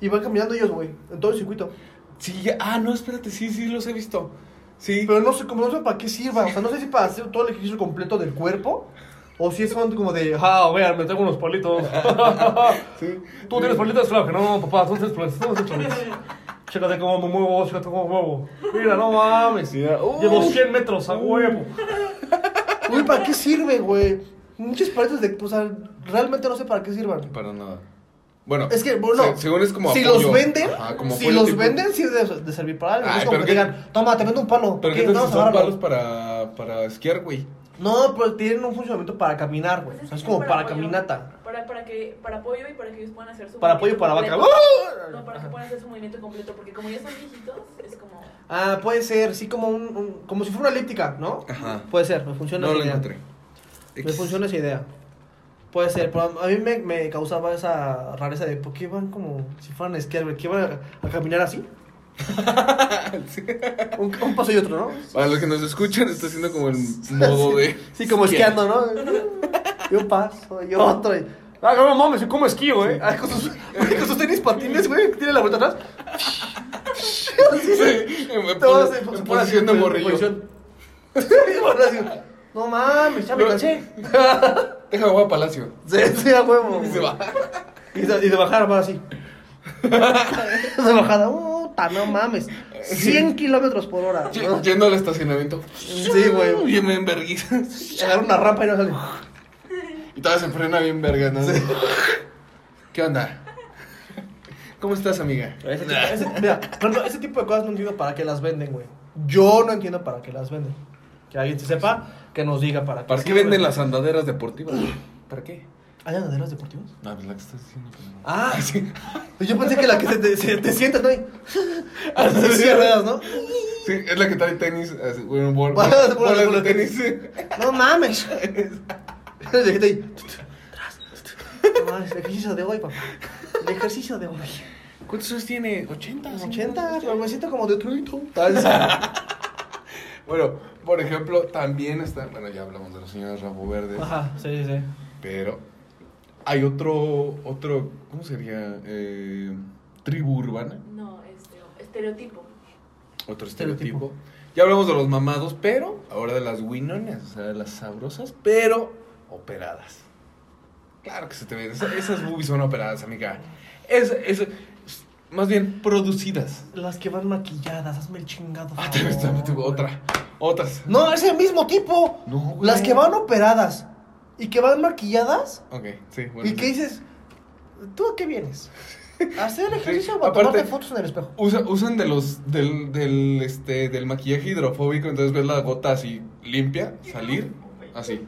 Y van caminando ellos, güey, en todo el circuito.
Sí, ya- ah, no, espérate, sí, sí, los he visto. Sí.
Pero no sé, como no sé para qué sirva. O sea, no sé si para hacer todo el ejercicio completo del cuerpo. O si es como de, ah, vean, me tengo unos palitos.
Sí.
Tú tienes palitas, claro que no, papá, tú tienes palitas, tú tienes palitas. Chécate cómo me muevo, chécate cómo me muevo. Mira, no mames.
Mira, uh.
Llevo 100 metros a huevo. Uy, ¿para qué sirve, güey? Muchas paletas de. O sea, realmente no sé para qué sirvan.
Para nada. Bueno,
Es que, bueno,
se- según es como
si
apoyo.
los venden,
Ajá, como
si
apoyo
los
tipo-
venden, sí de, de servir para algo. No
Ay,
es como
pero
que
qué-
digan, toma, te vendo un palo.
Pero
¿qué?
qué tal si
Vamos a
son
agarrarlo".
palos para, para esquiar, güey.
No, pero tienen un funcionamiento para caminar, güey.
Pues
O sea, es
que
como para
apoyo.
caminata.
Para, para, que, para apoyo y para que ellos puedan hacer su
Para apoyo
movimiento
para vaca.
completo.
¡Ah!
No, para que puedan hacer su movimiento completo, porque como ya son viejitos, es como...
Ah, puede ser, sí, como un, un- como si fuera una elíptica, ¿no?
Ajá.
Puede ser, me funciona
Ah. No lo
esa idea.
encontré.
Me
X.
funciona esa idea. Puede ser, pero a mí me, me causaba esa rareza de por qué van como si fueran a esquiar, güey, que van a, a caminar así.
Sí.
Un, un paso y otro, ¿no?
Para los que nos escuchan, está haciendo como el modo de.
Sí, como esquiando, ¿no? Y un paso y otro. y- Ah, no mames, yo como esquío, ¿eh? Ah, con, sus, güey, con sus tenis patines, güey, que tiene la vuelta atrás. Así,
Sí, en, en
Todo
pos-
se- se
en
pone así,
posición de
en
morrillo.
posición. Sí, bueno, así. No mames, ya me
No.
cansé.
Déjame voy a Palacio.
Sí, sí, a huevo.
Y se
güey.
va.
Y de, y de bajada para así. de bajada, puta, no mames. 100 kilómetros por hora.
Ye- Yendo al estacionamiento.
Sí, güey.
Bien, bien verguis.
Agarra una rampa y no sale.
Y todavía se frena bien verga, ¿no? ¿Qué onda? ¿Cómo estás, amiga?
Ese tipo, ese- mira, por ejemplo, ese tipo de cosas no entiendo para qué las venden, güey. Yo no entiendo para qué las venden. Que alguien se sepa, que nos diga para qué.
¿Para qué
sirven.
venden las andaderas deportivas? ¿Para qué?
¿Hay andaderas deportivas?
No, pues la que estás diciendo. pero no.
Ah, sí. Yo pensé que la que se te, se te sientas, ¿no? Y- Así
sí.
Ah, sí, ruedas, ¿no?
Sí, es la que trae tenis. así, Bueno, bol,
Bolas-
bolas-
bolas de
bolas de
tenis.
tenis.
No mames. Le dejé ahí. No mames, el ejercicio de hoy, papá. El ejercicio de hoy.
¿Cuántos años tiene? ¿80? ¿sí?
80, pero me siento como de truito.
Bueno, por ejemplo, también está. Bueno, ya hablamos de los señores Rabo Verde.
Ajá, sí, sí.
Pero hay otro, otro, ¿cómo sería? Eh, tribu urbana,
No, este, estereotipo.
otro
Estereotipo.
estereotipo. Ya hablamos de los mamados, pero ahora de las winones, o sea, de las sabrosas, pero operadas. Claro que se te ven, esa- esas boobies son operadas, amiga. Es, es, es- más bien producidas.
Las que van maquilladas, hazme el chingado.
Ah,
favor,
también- también tengo
güey.
otra, otras.
No, es el mismo tipo.
No, güey.
Las que van operadas y que van maquilladas
Ok, sí, bueno.
y
sí.
que dices, ¿tú a qué vienes? ¿A ¿Hacer ejercicio
Sí,
o a
aparte-
tomarte fotos en el espejo?
Usa- usan de los del, del este del maquillaje hidrofóbico, entonces ves la gota así limpia, salir, así.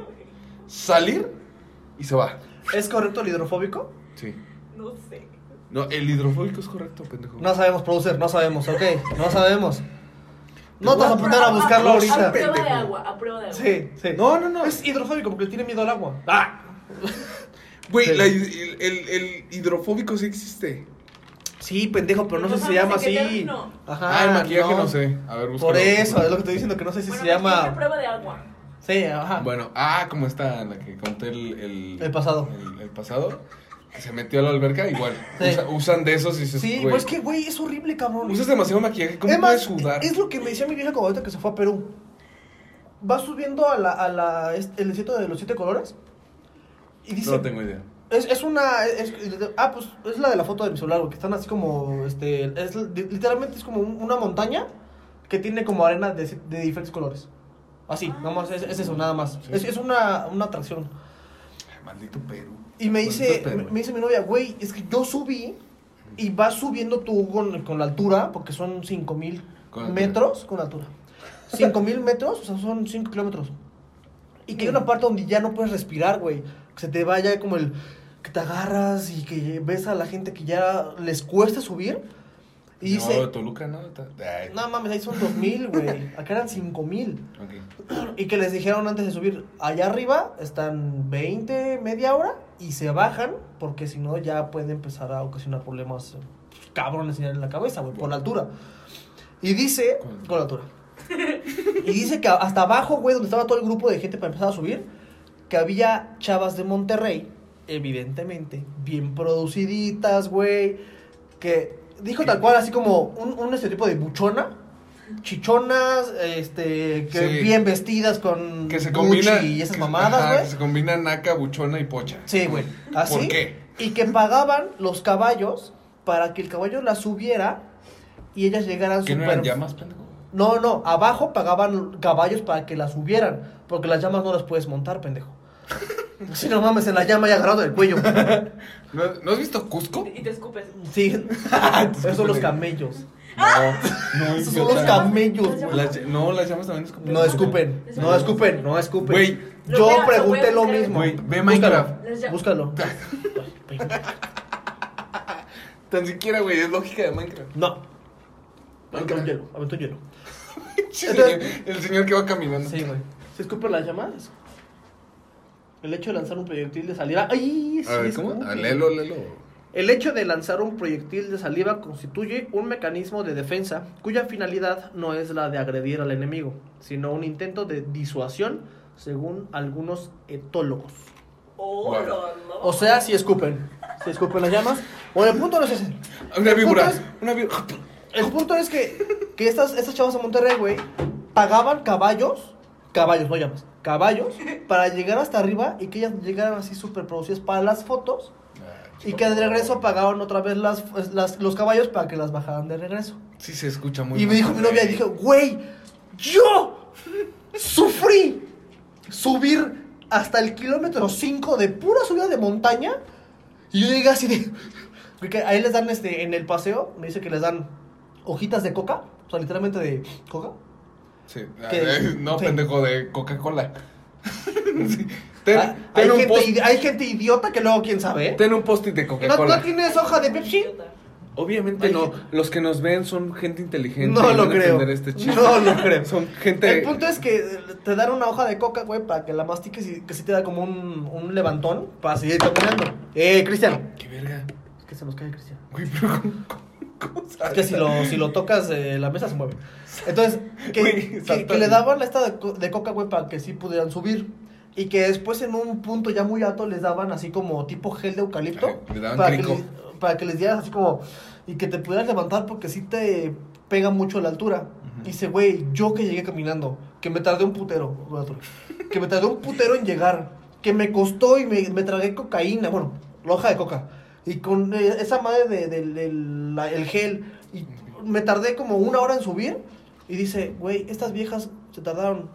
Salir y se va.
¿Es correcto el hidrofóbico?
Sí.
No sé.
No, el hidrofóbico es correcto, pendejo.
No sabemos, producer, no sabemos, ok, no sabemos. No te vas a poner a buscarlo
A
ahorita.
prueba de agua, a prueba de agua.
Sí, sí.
No, no, no.
Es hidrofóbico porque tiene miedo al agua. ¡Ah!
Güey,
Sí.
la hid- el, el- el hidrofóbico sí existe.
Sí, pendejo, pero no pues, sé si
Ajá,
se llama
dice que
así.
término.
Ajá.
Ah, el maquillaje no. sé. A ver, búscalo.
Por eso, es lo que estoy diciendo, que no sé si
Bueno,
se
pues, tiene una
llama.
prueba de agua.
Sí, ajá.
Bueno, ah, como está la que conté el... El,
El pasado.
El, el pasado. Que se metió a la alberca, igual.
Sí.
Usa- usan de esos y se...
sí, pues es que, güey, es horrible, cabrón.
Usas demasiado maquillaje, Pues, ¿cómo
es más,
puedes sudar?
Es lo que me decía mi vieja cuando ahorita que se fue a Perú. Va subiendo a la, a la es- el desierto de los siete colores. Y dice.
No tengo idea.
Es, es una. es- es- ah, pues es la de la foto de mi celular, güey, que están así como. Este, es, li- literalmente es como un- una montaña que tiene como arena de, si- de diferentes colores. Así,
Ah.
nada más, es, es eso, nada más.
Sí.
Es, es una, una atracción.
Ay, Maldito Perú.
Y me
Maldito
dice,
Perú.
me- me dice mi novia, güey, es que yo subí y vas subiendo tú con, con la altura, porque son 5000
Con altura.
metros con altura. 5000 metros, o sea, son 5 kilómetros. Y que hay una parte donde ya no puedes respirar, güey. Que se te vaya como el. que te agarras y que ves a la gente que ya les cuesta subir. Y
no,
dice,
Toluca, no. Ta- Ay,
no mames, ahí son 2000, güey. Acá eran 5000.
ok.
Y que les dijeron antes de subir, allá arriba están 20, media hora y se bajan porque si no ya puede empezar a ocasionar problemas eh, cabrones en la cabeza, güey, por la altura. Y dice,
Con altura.
con la altura. Y dice que hasta abajo, güey, donde estaba todo el grupo de gente para empezar a subir, que había chavas de Monterrey, evidentemente, bien produciditas, güey, que dijo tal cual, así como un, un estereotipo de buchona. Chichonas, este, que
Sí.
bien vestidas con
Que se combina.
Gucci y esas
que-
mamadas,
ajá,
güey.
Que se combina naca, buchona y pocha.
Sí, güey. Así.
¿Por qué?
Y que pagaban los caballos para que el caballo la subiera y ellas llegaran
¿Que no
súper-
eran llamas, pendejo?
No, no, abajo pagaban caballos para que la subieran, porque las llamas no las puedes montar, pendejo. Si no mames, en la llama ya agarrado del cuello.
¿No, ¿no has visto Cusco?
Y te escupes.
Sí, esos son los camellos.
No, no,
Esos
idiota.
son los camellos, güey.
Las ll- no, las llamas también escupen.
No escupen, no escupen, no escupen.
Güey.
Lo
yo
voy a- lo voy a
pregunté lo
buscar.
mismo.
Güey, ve
Búscalo,
Minecraft.
Las llam-
Búscalo.
Tan siquiera, güey, es lógica de Minecraft.
No. Aventó un hielo, aventó un hielo. Entonces-
el señor que va caminando.
Sí, güey. ¿Se escupen las llamadas? El hecho de lanzar un proyectil de saliva. ¡Ay!
A
sí
ver, ¿cómo?
escupe.
Ah, Lelo, lelo.
El hecho de lanzar un proyectil de saliva constituye un mecanismo de defensa cuya finalidad no es la de agredir al enemigo, sino un intento de disuasión, según algunos etólogos.
Oh,
Guau.
lo- lo-
O sea, si escupen. Si escupen las llamas. Bueno, el punto no es ese.
Una
El punto
víbora.
es-
Una víbora.
El punto es que, que estas, estas chavas de Monterrey, güey, pagaban caballos, caballos, no llamas, caballos, para llegar hasta arriba y que ellas llegaran así súper producidas para las fotos y que de
Ah,
regreso pagaban otra vez las, pues, las- los caballos para que las bajaran de regreso.
Sí se escucha muy
y me
mal,
dijo mi novia,
güey.
dije, güey, yo sufrí subir hasta el kilómetro 5 de pura subida de montaña. Y yo llegué así de... Porque ahí les dan, este, en el paseo, me dice que les dan hojitas de coca, o sea, literalmente de coca.
Sí.
que-
No,
sí.
pendejo, de Coca-Cola. Sí. Ten,
Ah,
ten
hay,
un
gente,
post-
idi- hay gente idiota que luego, ¿quién sabe? eh?
ten un post-it de
¿No,
Coca-Cola.
¿No tienes hoja de Pepsi?
Obviamente
Hay
no.
gente-
Los que nos ven son gente inteligente.
No
y van
lo
a
creo.
entender este chiste.
no lo creo.
Son
El
gente.
punto es que eh, te dan una hoja de coca, güey, para que la mastiques y que sí te da como un, un levantón para seguir caminando. Eh, Cristian.
Qué verga.
Es que se nos cae Cristian.
Güey, pero ¿cómo- cómo- cómo
Es que
salta?
si lo, si lo tocas, eh, la mesa se mueve. Entonces, que,
Güey,
que-
salta.
que le daban esta de, co- de coca, güey, para que sí pudieran subir. Y que después en un punto ya muy alto les daban así como tipo gel de eucalipto.
Ajá, le daban
para, que
crico.
les, para que les dieras así como... Y que te pudieras levantar porque sí te pega mucho la altura.
Ujú.
Dice, güey, yo que llegué caminando, que me tardé un putero, otro, que me tardé un putero en llegar, que me costó y me, me tragué cocaína, bueno, la hoja de coca, y con eh, esa madre del de, del- la- el gel, y me tardé como una hora en subir, y dice, güey, estas viejas se tardaron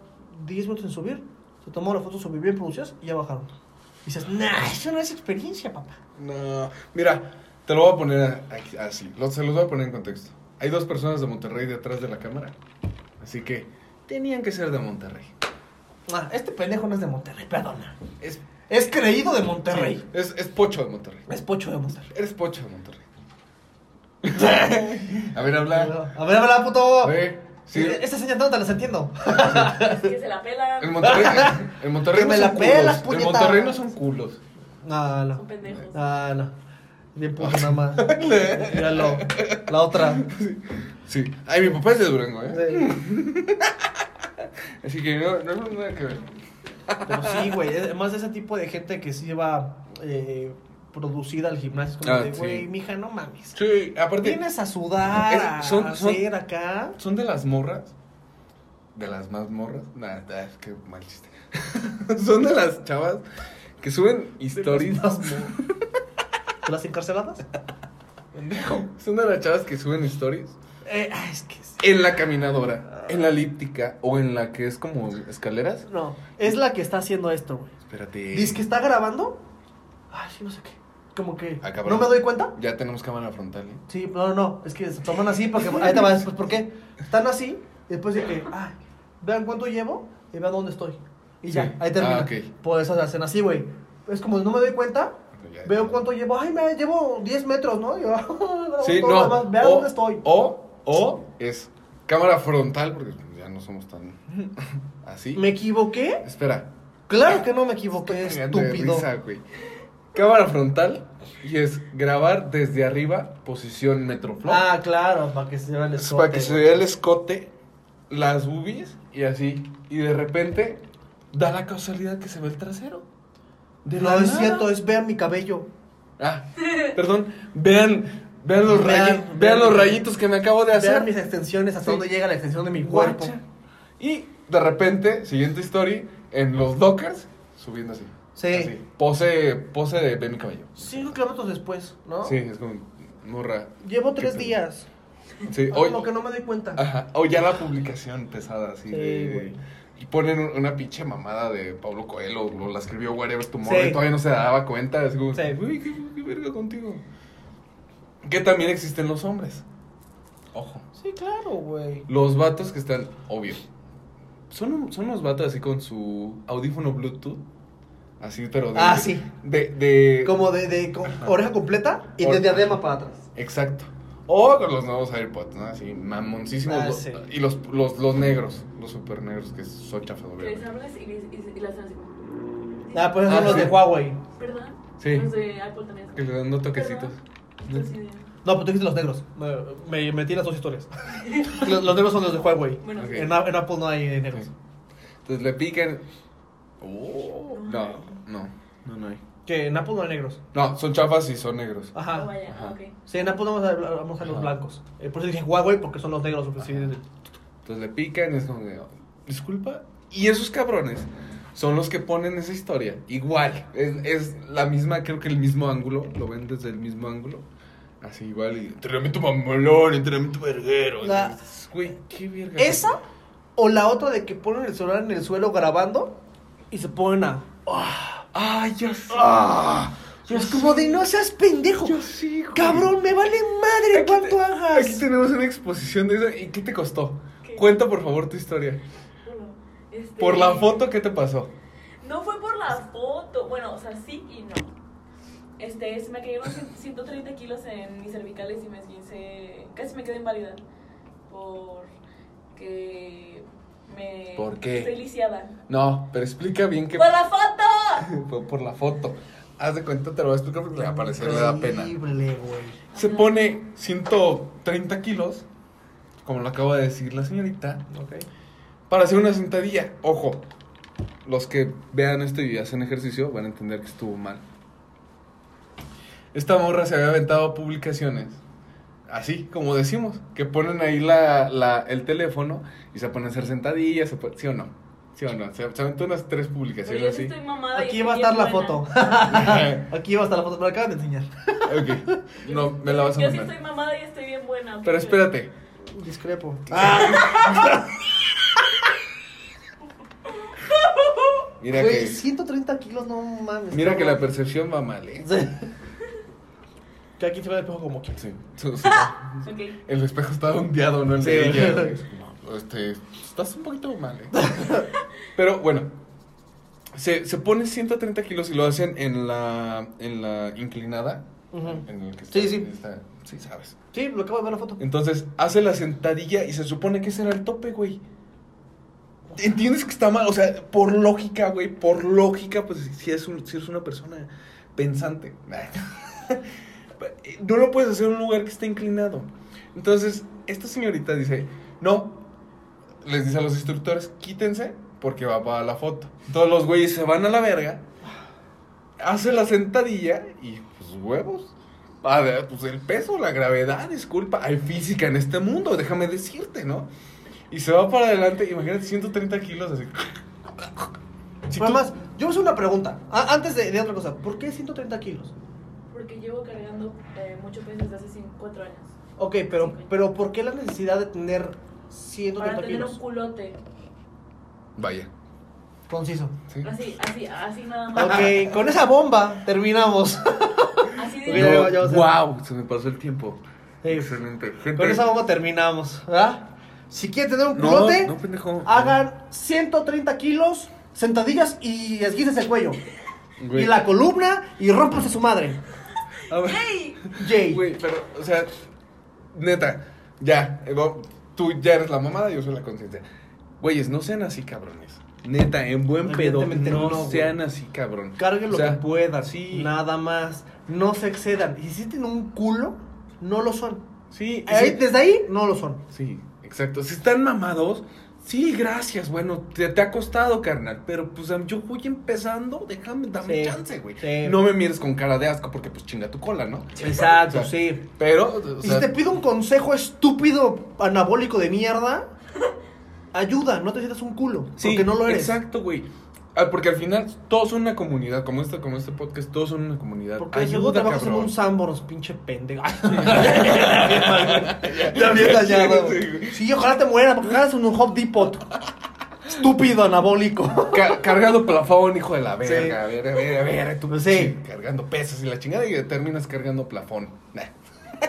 10 minutos en subir, se tomó la foto súper bien producidas y ya bajaron. Y dices, nah, eso no es experiencia, papá.
No, mira, te lo voy a poner aquí- así, lo- se los voy a poner en contexto. Hay dos personas de Monterrey detrás de la cámara, así que tenían que ser de Monterrey.
Ah, este pendejo no es de Monterrey, perdona.
Es,
Es creído de Monterrey.
es, es pocho de Monterrey.
Es pocho de Monterrey.
Eres pocho de Monterrey. a ver, habla.
A ver, habla, puto. Eh,
A ver, Sí.
Esas señas no te las entiendo.
Es que se la pelan.
En Monterrey, en Monterrey
Que
no
me
son
la
culos.
pelas,
En
puñetas.
Monterrey no son culos.
Ah, No,
Son
no.
pendejos.
No, no. Bien puto nada más. Míralo. La otra.
Sí. Ay, mi papá es de Durango, ¿eh?
Sí.
Así que no, no es nada que ver.
Pero sí, güey. es- Además de ese tipo de gente que sí va eh, producida al gimnasio. es como
Ah,
de,
sí.
güey, mija, no mames.
Sí, aparte.
Vienes a sudar, a
Es- son- son-
hacer acá.
Son de las morras. De las más morras. Nada, nah, es que mal chiste. Son de las chavas que suben stories.
Las más mo- ¿De las encarceladas?
Son de las chavas que suben stories.
Eh, ah, es que sí.
En la caminadora, en la elíptica o en la que es como escaleras.
No, es la que está haciendo esto, güey.
Espérate.
Dice que está grabando. Ay, sí, no sé qué. Como que.
Ah, cabrón.
¿No me doy cuenta?
Ya tenemos cámara frontal, ¿eh?
Sí, no, no, no. Es que se toman así porque. Ahí te va después. ¿Por qué? Están así. y Después de que. Ay, vean cuánto llevo y vean dónde estoy. Y ya,
Sí.
ahí termina.
Ah, ok.
Por eso se hacen así, güey. Es como no me doy cuenta.
Ya.
Veo cuánto llevo. Ay, me llevo 10 metros, ¿no? Y Yo, grabo
Sí,
todo
no.
nada más, Vean
o,
dónde estoy.
O, o es cámara frontal, porque ya no somos tan así.
¿Me equivoqué?
Espera.
Claro que no me
Estoy
equivoqué,
cagando de
estúpido.
risa, güey. Cámara frontal y es grabar desde arriba, posición metroflop.
Ah, claro, para que se vea el
Es para
escote,
que se
güey.
vea el escote, las boobies y así. Y de repente da la causalidad que se ve el trasero. De
No
la
es
nada.
cierto, es vean mi cabello.
Ah, perdón. Vean, vean los, rayi-
Vean, vean.
vean los rayitos que me acabo de hacer.
Vean mis extensiones, hasta
Sí.
dónde llega la extensión de mi cuerpo.
Guacha. Y de repente, siguiente story, en los lockers, subiendo así.
Sí.
Así. Pose, pose de ve mi cabello.
Cinco kilómetros después, ¿no?
Sí, es como morra.
Llevo tres
Qué pedo.
días.
Sí,
Hoy,
hoy. Ah,
lo que no me doy cuenta.
Ajá. O ya la publicación pesada, así
Sí,
de-
güey.
Y ponen un- una pinche mamada de Pablo Coelho, o la escribió Whatever Tomorrow,
Sí.
y todavía no se daba cuenta. Es como,
Sí.
uy, qué, qué verga contigo. Que también existen los hombres. Ojo.
Sí, claro, güey.
Los vatos que están, obvio. Son, son unos vatos así con su audífono Bluetooth. Así, pero de.
Ah, sí.
De. de-
Como de, de co- oreja completa y de
Or-
diadema para atrás.
Exacto. O con los nuevos AirPods, ¿no? Así, mamoncísimos.
Ah,
Lo-
sí.
Y los, los, los negros, los super negros, que son chafas,
Que les
obviamente.
hablas y, les- y, y las hacen así como-
Ah, pues
Ah,
son los
sí.
de Huawei.
Perdón.
Sí.
Los de Apple también.
Que le dan dos toquecitos.
Perdón. Entonces,
No, pero tú dijiste los negros. Me- Me metí las dos historias. Los los negros son los de Huawei.
Bueno,
Ok.
En, A- en Apple no hay negros.
Sí. Entonces le pican. Oh, no, no, no, no hay.
Que en Apple no hay negros.
No, son chafas y son negros.
oh,
Ajá.
vaya,
Ah, Ajá.
ok.
Sí, en Apple vamos a, vamos a los
Ajá.
blancos. Eh, por eso dije Huawei porque son los negros. pues, sí.
Entonces le pican y es como, de, "Oh, disculpa. Y esos cabrones son los que ponen esa historia. Igual, es, es la misma, creo que el mismo ángulo, lo ven desde el mismo ángulo. Así igual, y entrenamiento mamolón, entrenamiento verguero.
La-
Es, Güey, qué verga.
¿Esa? ¿O la otra de que ponen el celular en el suelo grabando y se ponen a...
Ay, Ah, ya sé.
Y es Pues como de no seas pendejo.
Yo sí, güey.
Cabrón, me vale madre
Aquí te-
cuánto
Aquí
hagas.
tenemos una exposición de eso. ¿Y qué te costó?
¿Qué?
Cuenta, por favor, tu historia.
Bueno, este-
Por la foto, ¿qué te pasó?
No fue por la foto. Bueno, o sea, sí y no. Este, se me cayeron cien- 130 kilos en mis cervicales y me esguince. Casi me quedé inválida. Porque me.
¿Por qué?
Estoy lisiada.
No, pero explica bien qué
¡Por la foto!
Fue por la foto. Haz de cuenta, te lo voy a explicar porque le va a parecer, le da pena.
Increíble, güey.
Se pone 130 kilos, como lo acaba de decir la señorita, para hacer una sentadilla. Ojo, los que vean esto y hacen ejercicio van a entender que estuvo mal. Esta morra se había aventado publicaciones, así como decimos, que ponen ahí la, la- el teléfono y se ponen a hacer sentadillas, se pon- ¿sí o no? ¿Sí o no? Se, se aventó unas tres
Pero
publicaciones
yo sí
así.
estoy mamada. y
Aquí
estoy
va a estar
bien
la
buena.
foto. Aquí va a estar la foto. Me la acaban de enseñar.
Ok, no, me la vas a
Yo sí
mandar.
estoy mamada y estoy bien buena.
Pero
porque-
espérate,
Discrepo.
mira
Güey,
que,
130 kilos, no mames.
mira que la percepción va mal, ¿eh?
Sí. Que aquí se ve el espejo como que.
Sí, sí, sí.
Ok.
El espejo estaba hundeado, ¿no? El
Sí.
de ella, güey. Es como, Este, estás un poquito mal, ¿eh? Pero bueno, se, se pone 130 kilos y lo hacen en la, en la inclinada.
Ujú.
En el que
Sí,
está-
sí.
está- Sí, sabes.
Sí, lo acabo de ver la foto.
Entonces, hace la sentadilla y se supone que ese era el tope, güey. ¿Entiendes que está mal? O sea, por lógica, güey, por lógica, pues si es, un- si es una persona pensante. No lo puedes hacer en un lugar que esté inclinado. Entonces, esta señorita dice, no, les dice a los instructores, quítense porque va para la foto. Todos los güeyes se van a la verga, hace la sentadilla y pues huevos. A ver, pues el peso, la gravedad, disculpa, hay física en este mundo, déjame decirte, ¿no? Y se va para adelante, imagínate 130 kilos así. Si tú-
Nada más, yo me hice una pregunta. A- antes de, de otra cosa, ¿por qué 130 kilos?
Porque llevo cargando eh, mucho peso desde hace 5, 4 años.
Ok, pero, pero ¿por qué la necesidad de tener 130
Para tener
kilos?
un culote.
Vaya.
Conciso.
¿sí?
Así, así, así nada más.
Ok, con esa bomba terminamos.
Así
Ok,
de.
ya, ya, ya, ya.
wow, se me pasó el tiempo.
Sí.
Excelente. Gente,
Con esa bomba terminamos, ¿verdad? Si quieren tener un
no,
culote,
no, pendejo.
hagan 130 kilos, sentadillas y esguices el cuello.
Güey.
Y la columna y rómpanse su madre.
A ver.
¡Ey!
Jay.
Güey, pero, o sea, neta, ya, eh, no, tú ya eres la mamada, yo soy la conciencia. Güeyes, no sean así cabrones. Neta, en buen pedo,
Evidentemente
no,
no, güey.
sean así cabrón.
Carguen lo
O sea,
que puedan.
sí.
Nada más. No se excedan. Y si tienen un culo, no lo son.
Sí, y
Ahí-
sí,
Desde ahí, no lo son.
sí, exacto. Si están mamados, sí, gracias, bueno, te, te ha costado, carnal. Pero pues am- yo voy empezando, déjame, dame
Sí,
chance, güey.
sí.
No me mires con cara de asco porque pues chinga tu cola, ¿no?
Exacto,
O sea,
sí.
Pero, o
Y
sea,
si te pido un consejo estúpido, anabólico de mierda, ayuda, no te sientas un culo. porque no lo eres.
Exacto, güey. Ah, Porque al final todos son una comunidad, como este, como este podcast, todos son una comunidad.
Porque luego
Ayuda,
trabajas en
cabrón.
un Sanborns, pinche pendejo. ya bien dañado.
Sí, sí, güey.
Sí, ojalá te muera, porque jalas en un Hop Depot. Estúpido, anabólico.
Ca- cargando plafón, hijo de la
Sí.
verga. A ver, a ver, a ver. Tú,
Pues sí.
Cargando pesas y la chingada y terminas cargando plafón. Nah.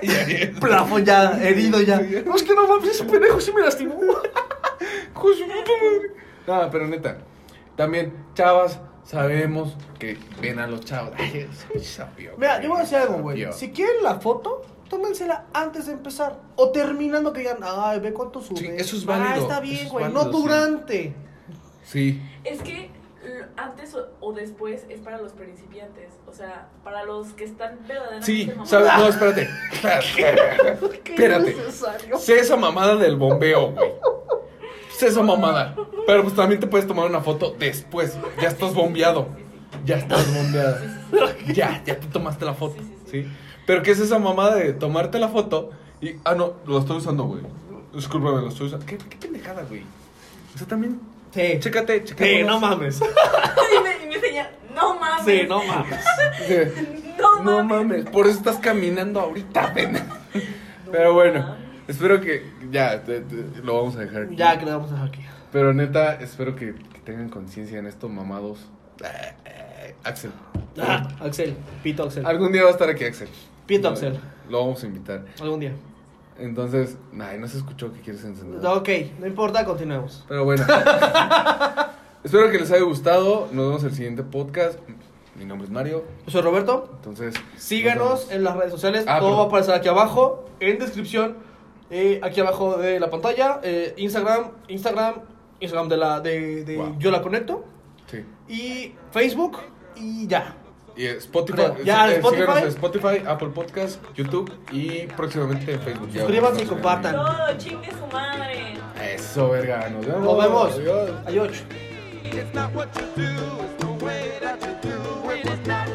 Ya, ya.
Plafón ya, herido ya. No, es que no mames, ese pendejo sí me lastimó.
Hijo de su puta madre. No, pero neta. También, chavas, sabemos que ven a los chavos. Ay, soy sabio,
Mira, yo voy a decir algo, güey.
sabio.
Si quieren la foto, tómensela antes de empezar. O terminando que digan, ay, ve cuánto sube.
Sí, eso es
Ah,
válido,
está
eso
bien,
es
güey. No
válido, sí.
durante.
Sí.
Es que l- antes o, o después es para los principiantes. O sea, para los que están verdaderamente
Sí,
mamados. Ah.
sabes, no, espérate. Espérate. Sé esa mamada del bombeo, güey. Sé esa mamada. Pero pues también te puedes tomar una foto después. Ya estás bombeado.
Sí, sí,
Ya estás bombeado. Ya, ya te tomaste la foto. Sí. Pero ¿qué es esa mamada de tomarte la foto y. Ah, no, lo estoy usando, güey. Discúlpame, lo estoy usando. ¿Qué, qué pendejada, güey? O sea, también.
Sí.
Chécate, chécate.
Sí, no mames.
sí. Y me, y me enseña, no mames.
Ah, Sí, no mames.
Sí.
No
No
mames.
mames, por eso estás caminando ahorita, ven. Pero bueno,
mames.
espero que ya te- te- lo vamos a dejar. aquí.
Ya, que le vamos a dejar aquí.
Pero neta, espero que, que tengan conciencia en estos mamados. Eh, eh, Axel.
Ah, Axel, pito Axel.
Algún día va a estar aquí Axel.
Pito
Lo-
Axel.
Lo vamos a invitar.
Algún día.
Entonces, ay, no se escuchó que quieres encender.
Ok, no importa, continuemos.
Pero bueno. espero que les haya gustado. Nos vemos en el siguiente podcast. Mi nombre es Mario.
Yo soy Roberto.
Entonces, nos
Síganos
vemos.
en las redes sociales.
Ah,
Todo
pero-
va a aparecer aquí abajo, en descripción. eh, aquí abajo de la pantalla. eh, Instagram, Instagram, Instagram de la de, de
Wow.
Yo la conecto.
Sí.
Y Facebook. Y ya.
Y Spotify,
Creo. Ya,
eh,
Spotify.
síganos en Spotify, Apple Podcast, YouTube y próximamente en Facebook. Ya
Suscríbanse
vamos
y
a
compartan.
Todo, chingue su madre.
subir. Eso, verga. Nos vemos.
Nos vemos.
Adiós.
Adiós.
It's not what you do, it's the way that you do it. It's not oh,